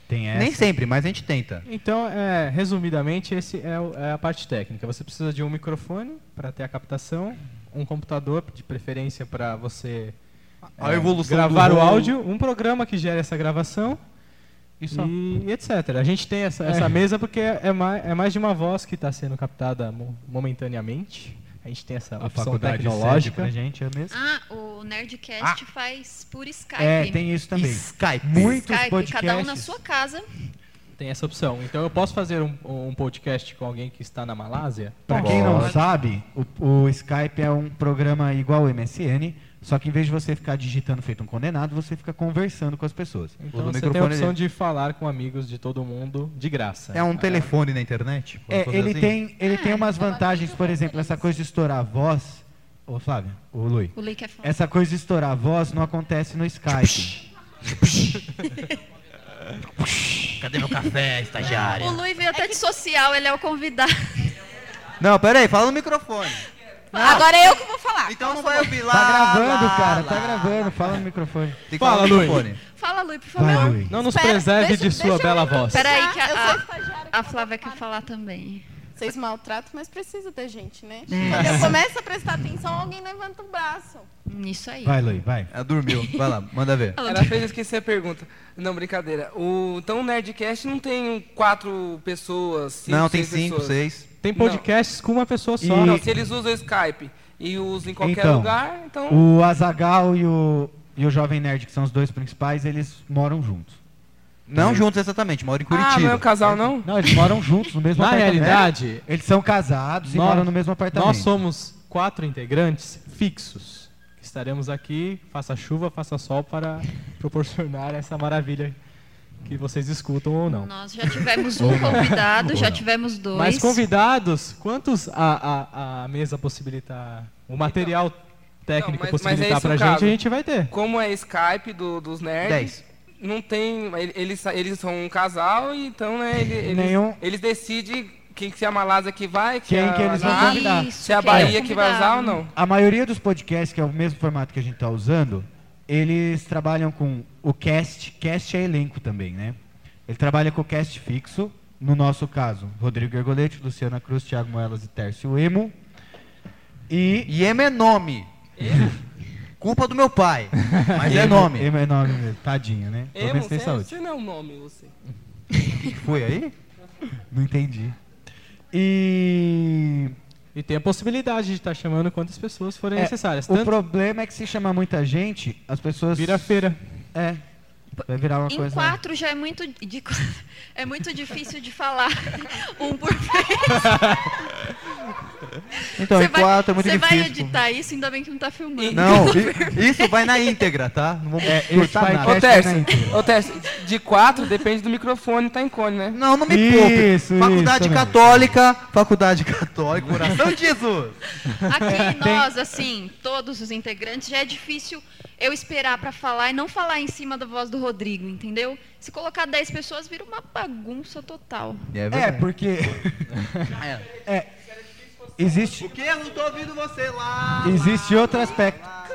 Tem essa.
Nem sempre, mas a gente tenta.
Então, é, resumidamente, esse é, o- é a parte técnica. Você precisa de um microfone para ter a captação, um computador, de preferência para você
A
é,
evolução
gravar
do-
o áudio, um programa que gera essa gravação e, e etc. A gente tem essa, essa mesa porque é mais, é mais de uma voz que está sendo captada mo- momentaneamente. A gente tem essa
A
opção
faculdade
tecnológica.
pra gente é mesmo.
Ah, o Nerdcast faz por Skype.
Ah. É, tem isso também.
Skype.
Muitos
Skype,
podcasts.
cada um na sua casa.
Tem essa opção. Então eu posso fazer um, um podcast com alguém que está na Malásia?
Pra quem não
Pode.
sabe, o, o Skype é um programa igual ao MSN, só que em vez de você ficar digitando feito um condenado, você fica conversando com as pessoas.
Então
Usa o
você tem a
microfone
opção de falar com amigos de todo mundo de graça.
É um telefone na internet?
É,
Vamos
ele
fazer assim?
um
tem, ele tem umas vantagens, por exemplo, essa coisa de estourar a voz. Ô, Flávio, ô, Lui.
O link é fã.
Essa coisa de estourar a voz não acontece no Skype.
Cadê meu café, estagiário?
O Luiz veio até de social, ele é o convidado.
Não, peraí, fala no microfone.
Agora é eu que vou
Ah,
falar.
Então só eu vi lá.
Tá gravando,
lá,
cara,
lá.
tá gravando. Fala no microfone.
Tem que
Fala,
falar no
Luiz.
microfone.
Fala, Luiz, por
Vai,
favor.
Lui.
Não nos
Espera,
preserve
deixa-
de sua
deixa eu
bela
entrar.
voz.
Peraí, que
Eu sou
a,
estagiária,
a Flávia quer falar também.
Vocês maltratam, mas precisa da gente, né?
É.
Quando eu começo a prestar atenção, alguém levanta o braço.
Isso aí.
Vai, Luí, vai. Ela Ah, dormiu. Vai lá, manda ver.
Ela fez eu esquecer a pergunta. Não, brincadeira. O, então o Nerdcast não tem um quatro pessoas, cinco,
Não, tem
seis
cinco,
pessoas.
seis.
Tem podcasts com uma pessoa só.
Não. Não, se eles usam o Skype e usam em qualquer
então,
lugar, então...
o Azagal e o, e o Jovem Nerd, que são os dois principais, eles moram juntos.
Não juntos exatamente, moram em Curitiba.
Ah, não é um casal, não?
Não, eles moram juntos no mesmo
Na
apartamento.
realidade,
eles são casados e
Nó-
moram no mesmo apartamento.
Nós somos quatro integrantes fixos. que Estaremos aqui, faça chuva, faça sol, para proporcionar essa maravilha que vocês escutam ou não.
Nós já tivemos um convidado, já tivemos dois.
Mas convidados, quantos a, a, a mesa possibilitar,
Então.
o material técnico
Mas- mas é
possibilitar
esse
pra
o
gente,
caso.
a gente vai ter.
Como é Skype do- dos nerds,
Dez.
não tem. ele- Eles, sa- eles são um casal, e então né, ele- eles,
Nenhum-
eles decidem quem que se a Malásia que vai, que
Quem
a,
que eles vão
Ah,
a-
convidar.
Se é a Bahia que vai usar ou não.
A maioria dos podcasts, que é o mesmo formato que a gente está usando, eles trabalham com o cast. Cast é elenco também, né? Ele trabalha com o cast fixo. No nosso caso, Rodrigo Gergolete, Luciana Cruz, Thiago Moelas e Tércio Emo. E...
Emo é nome. Culpa do meu pai. Mas é nome.
Emo é nome mesmo. Tadinho, né? Vou ver
Emo,
se tem
você,
saúde.
você não é um nome, você.
é
Foi aí?
Não entendi. E.
E tem a possibilidade de estar chamando quantas pessoas forem
É,
necessárias.
O problema é que se chamar muita gente, as pessoas.
Vira feira.
É. Vai virar uma
em
coisa.
quatro já é muito de- é muito difícil de falar um por vez.
Então,
Então,
Você
em
vai-
quatro é muito
Você vai
difícil.
editar isso, ainda bem que não tá filmando.
Não, i- isso vai na íntegra, tá? Não vamos
É, esse
cortar nada.
Ô, Tércio, ô, Tércio, de quatro depende do microfone, tá em cone, né?
Não, não me poupe. Faculdade Católica, Faculdade Católica, coração de Jesus.
Aqui nós, assim, todos os integrantes, já é difícil eu esperar para falar e não falar em cima da voz do Rodrigo, entendeu? Se colocar 10 pessoas, vira uma bagunça total.
É,
verdade.
porque. é. Existe,
que eu não tô ouvindo você lá?
existe outro aspecto.
Ah.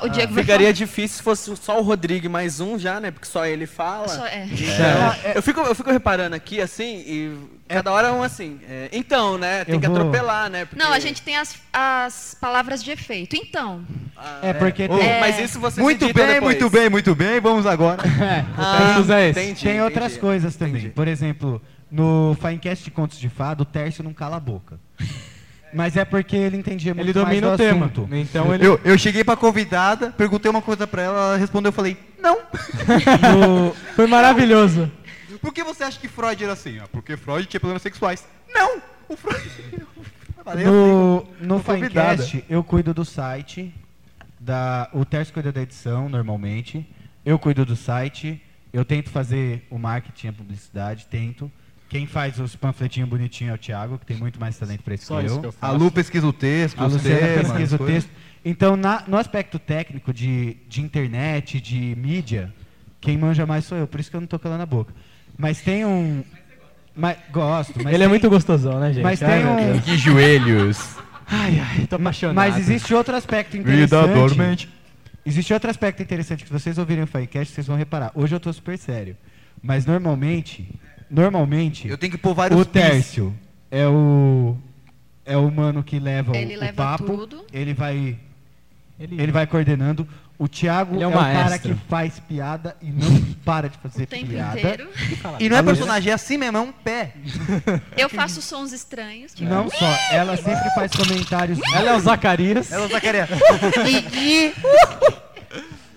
Ó, o
Diego vai
Ficaria
falar.
É difícil se fosse só o Rodrigo e mais um já, né? Porque só ele fala.
Só- é.
Então, Eu, fico, eu fico reparando aqui, assim, e cada hora é um assim. é, então, né? Tem
Eu
que
vou-
atropelar, né? porque-
Não, a gente tem as, as palavras de efeito. Então.
Ah,
É, porque
Ô,
tem-
Mas isso você
Muito
edita
bem,
depois.
muito bem, muito bem. Vamos agora.
Ah,
Tem-
é
Zé, entendi,
tem
entendi.
outras coisas também. Por exemplo, no Finecast de Contos de Fado, o Tércio não cala a boca. Mas é porque ele entendia muito
Ele domina
mais
o
do
tema.
assunto.
Então ele-
eu, eu cheguei pra convidada, perguntei uma coisa pra ela, ela respondeu, eu falei, não.
No- Foi maravilhoso.
Por que você acha que Freud era assim? Ah, porque Freud tinha problemas sexuais. Não! O Freud.
No, no
Tô convidada.
Finecast, eu cuido do site. Da, o Tércio cuida da edição, normalmente. Eu cuido do site. Eu tento fazer o marketing, a publicidade, tento. Quem faz os panfletinhos bonitinhos é o Thiago, que tem muito mais talento para isso
Só
que
isso
eu.
que eu faço. A Lu pesquisa o texto,
a
os
Luciana
temas,
pesquisa
as
o
coisas.
texto. Então, na- no aspecto técnico de, de internet, de mídia, quem manja mais sou eu. Por isso que eu não tô calando a boca. Mas tem um... Mas, gosto. mas
Ele é
tem-
muito gostosão, né, gente?
Mas
Ai,
tem
meu
um...
Deus.
joelhos.
Ai, ai, tô apaixonado.
Mas existe outro aspecto
Vida
interessante.
dormente.
Existe outro aspecto interessante que se vocês ouvirem o Finecast, vocês vão reparar. Hoje eu tô super sério. Mas normalmente, normalmente,
Eu tenho que pôr vários
o
pis.
Tércio é o é o mano que leva o-
Ele
o,
leva
papo,
tudo.
ele vai
ele,
vai coordenando. O Thiago
Ele
é,
é um
o cara
maestro.
que faz piada e não para de fazer
tempo
piada.
inteiro.
E não é personagem, é assim mesmo, é um pé.
Eu faço sons estranhos. tipo,
Não só, ela sempre faz comentários.
Ela é o Zacarias.
Ela é o Zacarias.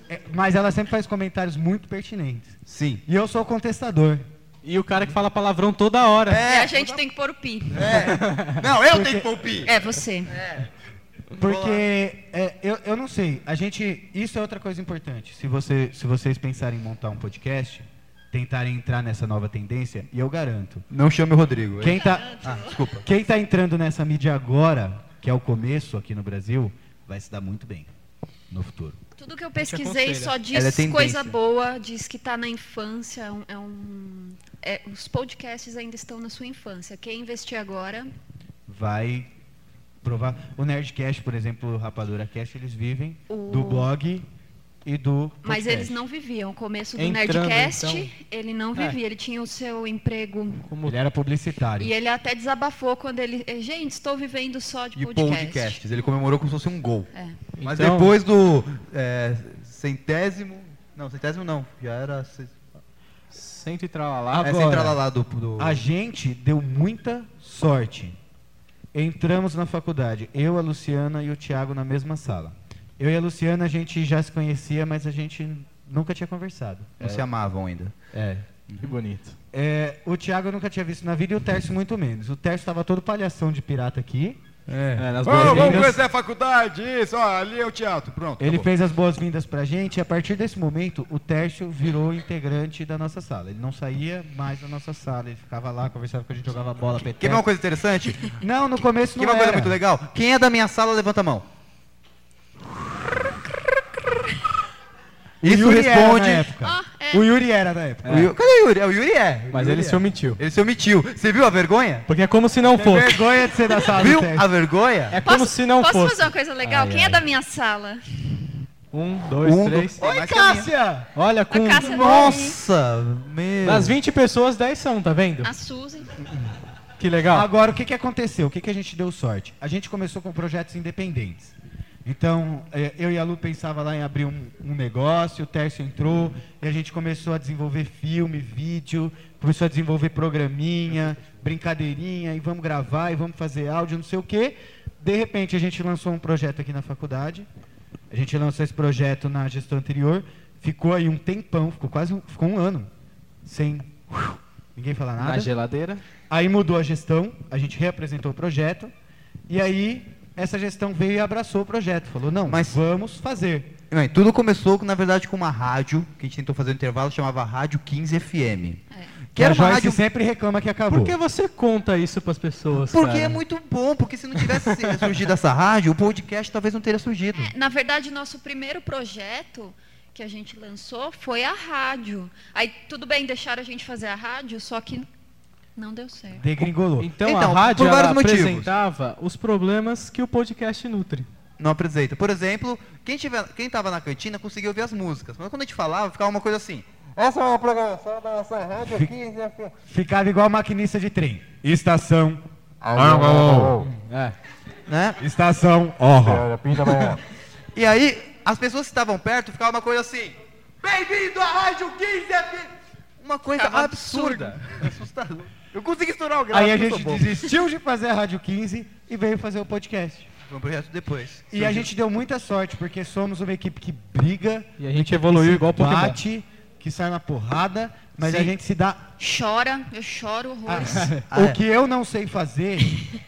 É, Mas ela sempre faz comentários muito pertinentes.
Sim.
E eu sou o contestador.
E o cara que fala palavrão toda hora.
e a gente tem que pôr o pi.
É. Não, eu tenho que pôr o pi.
É você.
Porque é, eu, eu não sei, a gente. Isso é outra coisa importante. Se, você, se vocês pensarem em montar um podcast, tentarem entrar nessa nova tendência, e eu garanto.
Não chame o Rodrigo.
Quem tá,
Ah, desculpa.
quem tá entrando nessa mídia agora, que é o começo aqui no Brasil, vai se dar muito bem no futuro.
Tudo que eu pesquisei
aconselha.
só
Ela é
diz
tendência.
coisa boa, diz que está na infância. é um- É um, é, os podcasts ainda estão na sua infância. Quem investir agora,
Vai provar. O Nerdcast, por exemplo, o Rapadura Cast, eles vivem
O-
do blog e do.
Mas
podcast.
eles não viviam. O começo do
Entrando,
Nerdcast,
então-
ele não
É.
vivia. Ele tinha o seu emprego.
Ele era publicitário.
E ele até desabafou quando ele. "Eh, Gente, estou vivendo só de
De
podcast.
podcasts. Ele comemorou como se fosse um gol.
É.
Mas
Então-
depois do é, centésimo. Não, centésimo não. Já era. se-
Cento e tralalá.
É,
Agora,
sem tralalá do- do-
A gente deu muita sorte. Entramos na faculdade, eu, a Luciana e o Thiago na mesma sala. Eu e a Luciana, a gente já se conhecia, mas a gente nunca tinha conversado.
Não se amavam ainda.
É.
Que bonito.
É, o Thiago eu nunca tinha visto na vida e o Tércio muito menos. O Tércio estava todo palhação de pirata aqui.
É, nas
Vamos, vamos conhecer a faculdade, isso, ó, ali é o teatro, pronto.
Ele
acabou.
fez as boas-vindas pra gente e a partir desse momento o Tércio virou integrante da nossa sala. Ele não saía mais da nossa sala, ele ficava lá, conversava com a gente, jogava bola, peteca.
Quer ver uma coisa interessante?
Não, no começo
Quer ver
não
uma coisa
era.
muito legal? Quem é da minha sala, levanta a mão.
O
Isso
Yuri
responde.
era na época.
é,
O Yuri era na época.
O Yu- Cadê o Yuri? É, o Yuri é.
Mas
O Yuri
ele
é.
se omitiu.
Ele se omitiu. Você viu a vergonha?
Porque é como se não
Tem fosse. vergonha de ser da sala,
Viu
Sérgio.
a vergonha?
É como se não
Posso
fosse.
fazer uma coisa legal?
Ai,
Quem
ai.
é da minha sala?
Um, dois,
Um,
três.
dois- Oi, Cássia!
Olha, com.
Cássia
Nossa! Meu.
Das 20 pessoas, 10 são, tá vendo?
A Suzy.
Que legal.
Ah. Agora, o que, que aconteceu? O que, que a gente deu sorte? A gente começou com projetos independentes. Então, eh, eu e a Lu pensava lá em abrir um, um negócio, o Tércio entrou, e a gente começou a desenvolver filme, vídeo, começou a desenvolver programinha, brincadeirinha, e vamos gravar, e vamos fazer áudio, não sei o quê. De repente, a gente lançou um projeto aqui na faculdade, a gente lançou esse projeto na gestão anterior, ficou aí um tempão, ficou quase um, ficou um ano, sem ninguém falar nada.
Na geladeira.
Aí mudou a gestão, a gente reapresentou o projeto, e aí essa gestão veio e abraçou o projeto, falou, não, mas vamos fazer.
Bem, tudo começou, na verdade, com uma rádio que a gente tentou fazer um intervalo, chamava Rádio 15 FM. Que era uma
a Joyce
rádio.
sempre reclama que acabou.
Por que você conta isso pras pessoas?
Porque
cara?
é muito bom, porque se não tivesse surgido essa rádio, o podcast talvez não teria surgido.
Na verdade, nosso primeiro projeto que a gente lançou foi a rádio. Aí, tudo bem, deixaram a gente fazer a rádio, só que não deu certo.
Degringolou.
Então,
Então,
a rádio
por vários
ela
motivos.
apresentava os problemas que o podcast nutre.
Não apresenta. Por exemplo, quem, tiver, quem tava na cantina conseguia ouvir as músicas. Mas quando a gente falava, ficava uma coisa assim. Essa é uma programação da nossa rádio 15 FM.
Ficava igual maquinista de trem. Estação.
É.
Né?
Estação. Orro.
E aí, as pessoas que estavam perto ficavam uma coisa assim. Bem-vindo à Rádio 15 FM. Uma coisa
Ficava
absurda. Assustador. Eu consegui estourar o gráfico.
Aí a gente desistiu de fazer a Rádio 15 e veio fazer o podcast.
Foi um projeto depois.
E a gente deu muita sorte, porque somos uma equipe que briga.
E a gente evoluiu igual
que se
Pokémon.
bate, que sai na porrada, mas
Sim.
a gente se dá
Chora, eu choro horrores.
Ah, é.
o que eu não sei fazer,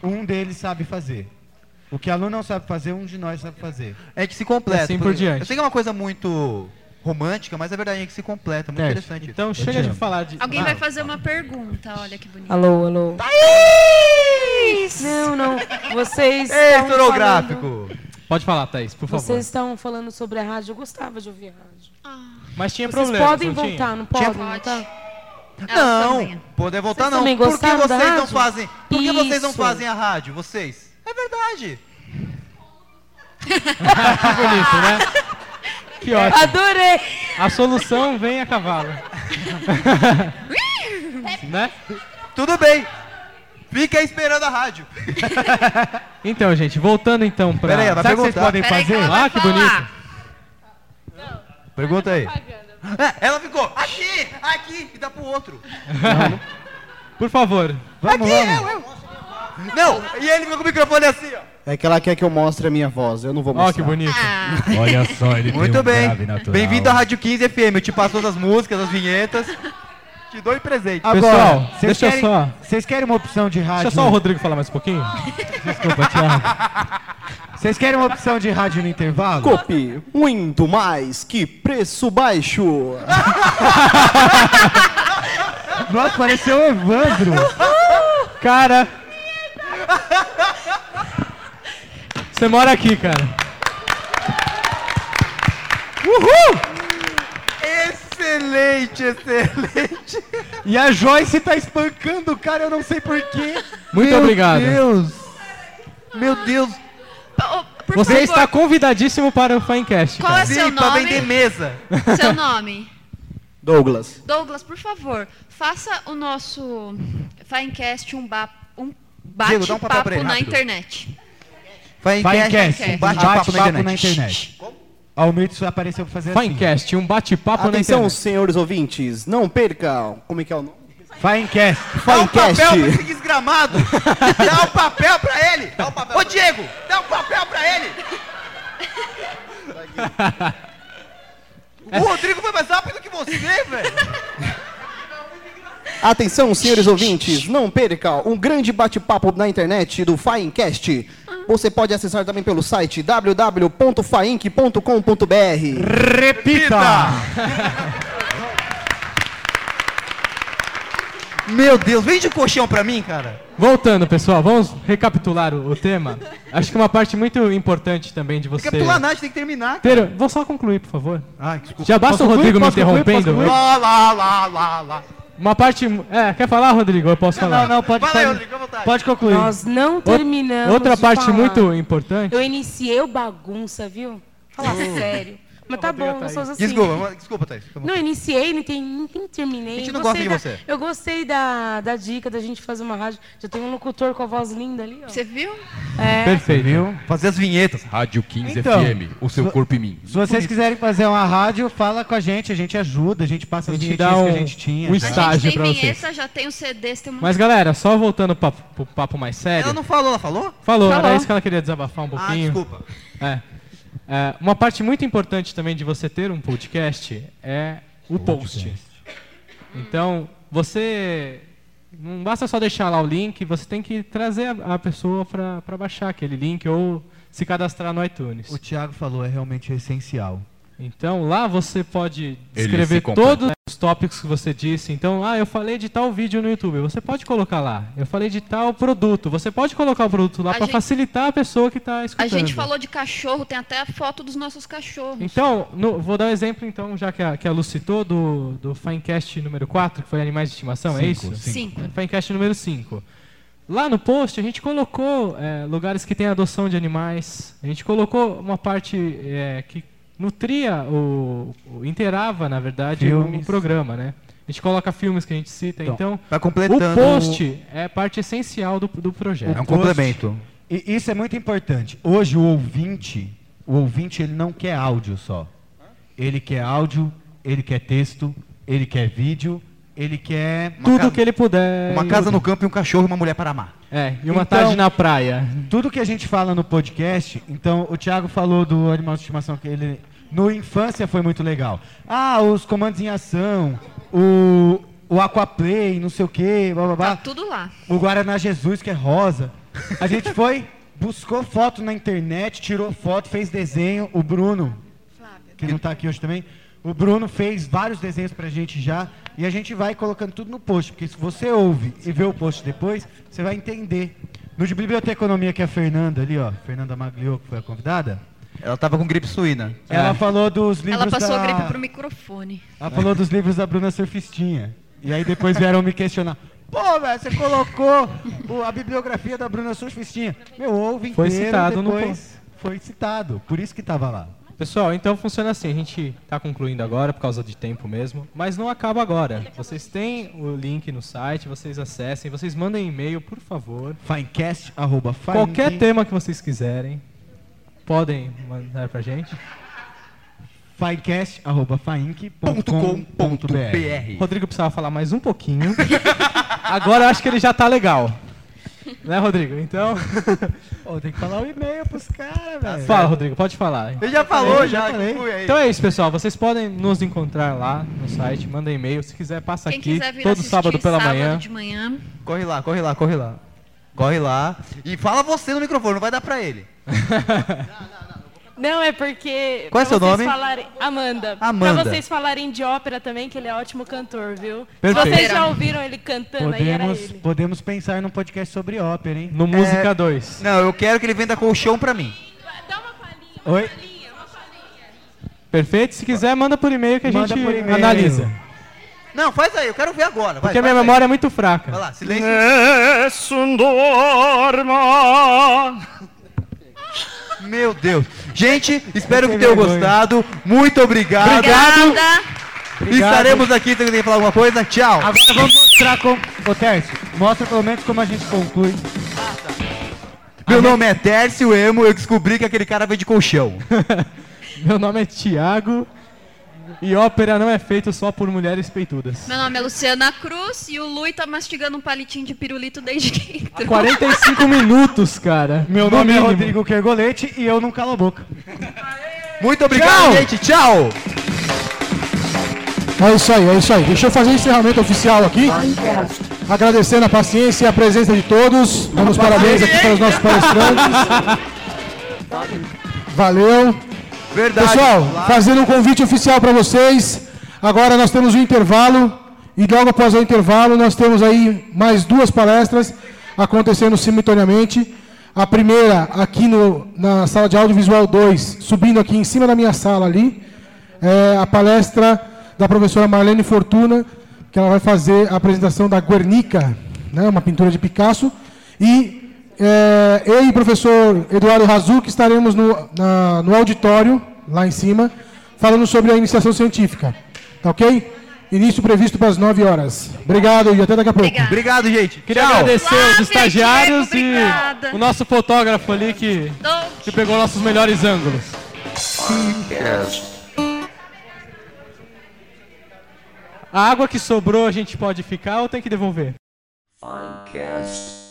um deles sabe fazer. O que a Lu não sabe fazer, um de nós sabe fazer.
É que se completa.
E assim por diante.
Eu sei que é uma coisa muito romântica, mas a verdade é que se completa. Muito
Teste.
interessante.
Então,
Eu
chega
te
de
amo.
falar de.
Alguém
Ah,
vai fazer uma pergunta, olha que bonito.
Alô, alô.
Thaís!
Não, não. Vocês.
Ei,
estavam
estourou o
falando-
gráfico.
Pode falar, Thaís, por favor.
Vocês estão falando sobre a rádio. Eu gostava de ouvir a rádio.
Mas tinha
Vocês
problema.
podem voltar, não podem voltar?
Não, poder voltar
Vocês
não.
também
Por que
gostaram da
vocês não
rádio?
fazem? Por que vocês não
Isso.
fazem a rádio? Vocês? É verdade.
Que bonito, né? Que ótimo.
Adorei!
A solução vem a cavalo. né?
Tudo bem. Fica esperando a rádio.
Então, gente, voltando então pra.
Peraí, ela vai
Sabe o que vocês
perguntar.
podem
Peraí que
fazer?
ela vai
Ah, que
falar.
bonito.
Pergunta aí. É, ela ficou aqui, aqui e dá pro outro.
Por favor.
Vamos, vamos.
Não, e ele ficou com o microfone assim, ó.
É que ela quer que eu mostre a minha voz, eu não vou mostrar.
Ó, que bonito.
Olha só, ele
Muito bem. Bem-vindo à Rádio 15 FM. Eu te passo todas as músicas, as vinhetas. Te dou em presente.
Agora,
Pessoal,
vocês
deixa eu
querem-
só-
Vocês querem uma opção de
Ah,
rádio?
Deixa só o Rodrigo falar mais um pouquinho. Desculpa, Thiago.
Vocês querem uma opção de rádio no intervalo?
Copi, muito mais que preço baixo.
Nossa, pareceu o Evandro.
Cara. Você mora aqui, cara.
Uhul!
Excelente, excelente.
E a Joyce tá espancando o cara, eu não sei porquê.
Muito
Meu
obrigado.
Deus. Meu Deus.
Ô, Por
Você está convidadíssimo para o Finecast.
Qual é
cara.
seu Sim, pra
tá
nome? vender mesa. Seu nome.
Douglas.
Douglas, por favor, faça o nosso Finecast um, ba- um
Diego, dá um papel pra
bate-papo
ele,
na
rápido.
internet.
Finecast,
Finecast.
um bate-papo na internet. Almir apareceu pra fazer assim,
Finecast, um bate-papo na
Atenção,
internet.
senhores ouvintes, não percam. Como é que é o nome?
Finecast.
Finecast.
um Papel pra esse desgramado. Dá o papel pra ele. Dá o papel Ô, Diego, dá o papel pra ele. O Rodrigo foi mais rápido que você, velho.
Atenção, senhores ouvintes, não perca um grande bate-papo na internet do Faincast. Você pode acessar também pelo site www.fainc.com.br.
Repita!
Meu Deus, vende o colchão pra mim, cara.
Voltando, pessoal, vamos recapitular o, o tema. Acho que uma parte muito importante também de você.
né?
Capitular Nath tem que terminar.
Ter, vou só concluir, por favor.
Ai, desculpa.
Já basta
Posso
o Rodrigo
concluir?
me
Posso concluir?
interrompendo?
Posso concluir? Lá, lá, lá, lá, lá.
Uma parte. É, quer falar, Rodrigo? Eu posso falar.
não, pode Fala aí, termi- Rodrigo, à vontade. pode concluir. Nós não
Ou-
terminamos
Outra
de
parte
falar.
muito importante.
Eu iniciei o bagunça, viu? Falar sério. Mas tá bom, eu sou assim.
Desculpa, mas- desculpa, Thaís.
Não, eu iniciei, não, tem, não tem- terminei.
A gente não
Gostei
gosta de
da-
você.
Eu gostei da, da dica da gente fazer uma rádio. Já tem um locutor com a voz linda ali, ó. Você
viu?
É.
Perfeito.
Fazer as vinhetas.
Rádio 15
Então,
FM, o seu
se-
corpo em mim.
Se vocês
Bonito.
quiserem fazer uma rádio, fala com a gente, a gente ajuda, a gente passa
A
as
gente
vinhetinhas
dá
que a
um-
gente tinha.
um
tá?
estágio.
Tem
pra vocês.
vinheta, já tem os CDs, tem um
Mas galera, só voltando pro papo, pro papo mais sério.
Ela
não falou, ela falou? Ah,
Falou,
Falou.
era isso que ela queria desabafar
Ah,
um pouquinho.
desculpa.
É. É, uma parte muito importante também de você ter um podcast é o post. Então, você. Não basta só deixar lá o link, você tem que trazer a, a pessoa para baixar aquele link ou se cadastrar no iTunes.
O Thiago falou, é realmente essencial.
Então lá você pode
Ele
escrever
se completa.
todos os tópicos que você disse. Então, ah, eu falei de tal vídeo no YouTube, você pode colocar lá. Eu falei de tal produto, você pode colocar o produto lá
A
para
gente-
facilitar a pessoa que está
A
escutando.
gente falou de cachorro, tem até a foto dos nossos cachorros.
Então, no- vou dar um exemplo, então, já que a, que a Lu citou, do, do Finecast número 4, que foi Animais de Estimação, é
Cinco,
isso?
cinco. Cinco.
Finecast número 5. Lá no post, a gente colocou é, lugares que tem adoção de animais, a gente colocou uma parte é, que nutria, o, o- interava, na verdade, o,
Filmes.
o programa, né? A gente coloca filmes que a gente cita,
Então,
então,
vai completando É um
o post é parte essencial do, do projeto.
É um
O post- E isso é muito importante. Hoje o ouvinte, o ouvinte ele não quer áudio só. Ele quer áudio, ele quer texto, ele quer vídeo, ele quer
Tudo que ele puder.
Uma casa Então, no campo e um cachorro e uma mulher para amar.
É, e uma tarde na praia.
Tudo que a gente fala no podcast, então o Thiago falou do animal de estimação que ele no infância foi muito legal. Ah, os comandos em ação, o o aquaplay, não sei o quê, blá blá blá.
Tá tudo lá.
O Guaraná Jesus, que é rosa. A gente foi, buscou foto na internet, tirou foto, fez desenho. O Bruno, que não tá aqui hoje também, o Bruno fez vários desenhos pra gente já. E a gente vai colocando tudo no post, porque se você ouve e vê o post depois, você vai entender. No de biblioteconomia, que é a Fernanda ali, ó, Fernanda Maglio, que foi a convidada,
Ela tava com gripe suína.
É.
ela falou dos livros
Ela passou
da...
a gripe pro microfone.
Ela falou dos livros da Bruna Surfistinha. E aí depois vieram me questionar. Pô, velho, você colocou o- a bibliografia da Bruna Surfistinha. Meu, ouve
Foi
inteiro,
citado no
depois foi citado. Por isso que tava lá.
Pessoal, então funciona assim, a gente está concluindo agora por causa de tempo mesmo, mas não acaba agora. Vocês têm o link no site, vocês acessem, vocês mandem e-mail, por favor.
Finecast, arroba, fine-
Qualquer tema que vocês quiserem, podem mandar pra gente.
Finecast, arroba, finc.com.br.
Rodrigo precisava falar mais um pouquinho. agora eu acho que ele já tá legal. Né, Rodrigo? Então.
tem que falar o e-mail pros caras, velho.
Fala, Rodrigo, pode falar.
Ele já falou,
Eu
já,
falei.
que fui aí.
Então é isso, pessoal. Vocês podem nos encontrar lá no site, manda e-mail. Se quiser, passa Tá
Quem
aqui
quiser vir
todo
assistir
sábado pela manhã.
de manhã.
é-
Corre lá, corre lá, corre lá. Corre lá. E fala você no microfone, não vai dar pra ele.
Não, é porque.
Qual
pra
é seu
vocês
nome?
falarem- Amanda.
Amanda.
Pra vocês falarem de ópera também, que ele é ótimo cantor, viu?
Perfeito.
Vocês já ouviram ele cantando aí, era
Podemos,
ele.
podemos pensar num podcast sobre ópera, hein?
No
Música
2.
Não, eu quero que ele venda colchão pra mim.
Oi?
Perfeito? Se quiser, manda por e-mail que a
Manda
gente
por e-mail.
analisa.
Não, faz aí, eu quero ver agora. Vai,
Porque a minha
faz aí.
memória é muito fraca.
Vai lá, silêncio.
Nessun dorma.
Meu Deus. Gente, espero que tenham gostado. Muito obrigado.
Obrigada.
Obrigado.
Estaremos aqui. Tem que falar alguma coisa? Tchau.
Agora vamos mostrar como. Ô, Tércio, mostra pelo menos como a gente conclui.
Meu nome é Tércio Emo. Eu descobri que aquele cara veio de colchão.
Meu nome é Tiago e ópera não é feita só por mulheres peitudas.
Meu nome é Luciana Cruz e o Lui tá mastigando um palitinho de pirulito desde que entrou.
45 minutos, cara.
Meu
No
nome é
mínimo.
Rodrigo Kergolete e eu não calo a boca.
Muito obrigado, gente. Tchau.
É isso aí, é isso aí. Deixa eu fazer o encerramento oficial aqui. Agradecendo a paciência e a presença de todos. Dando os parabéns aqui para os nossos palestrantes. Valeu.
Verdade.
Pessoal,
Claro.
fazendo um convite oficial para vocês. Agora nós temos um intervalo e logo após o intervalo nós temos aí mais duas palestras acontecendo simultaneamente. A primeira aqui no- na sala de audiovisual 2, subindo aqui em cima da minha sala ali, é a palestra da professora Marlene Fortuna, que ela vai fazer a apresentação da Guernica, né, uma pintura de Picasso. E é, eu e o professor Eduardo Razuc estaremos no, na- no auditório, lá em cima, falando sobre a iniciação científica. Tá ok? Início previsto para as 9 horas. Obrigado e até daqui a pouco.
Obrigado, gente.
Queria
Tchau.
agradecer os
Flávia,
estagiários
Diego,
e
obrigada.
o nosso fotógrafo ali que,
Doug.
que pegou nossos melhores ângulos. A água que sobrou a gente pode ficar ou tem que devolver?
Finecast.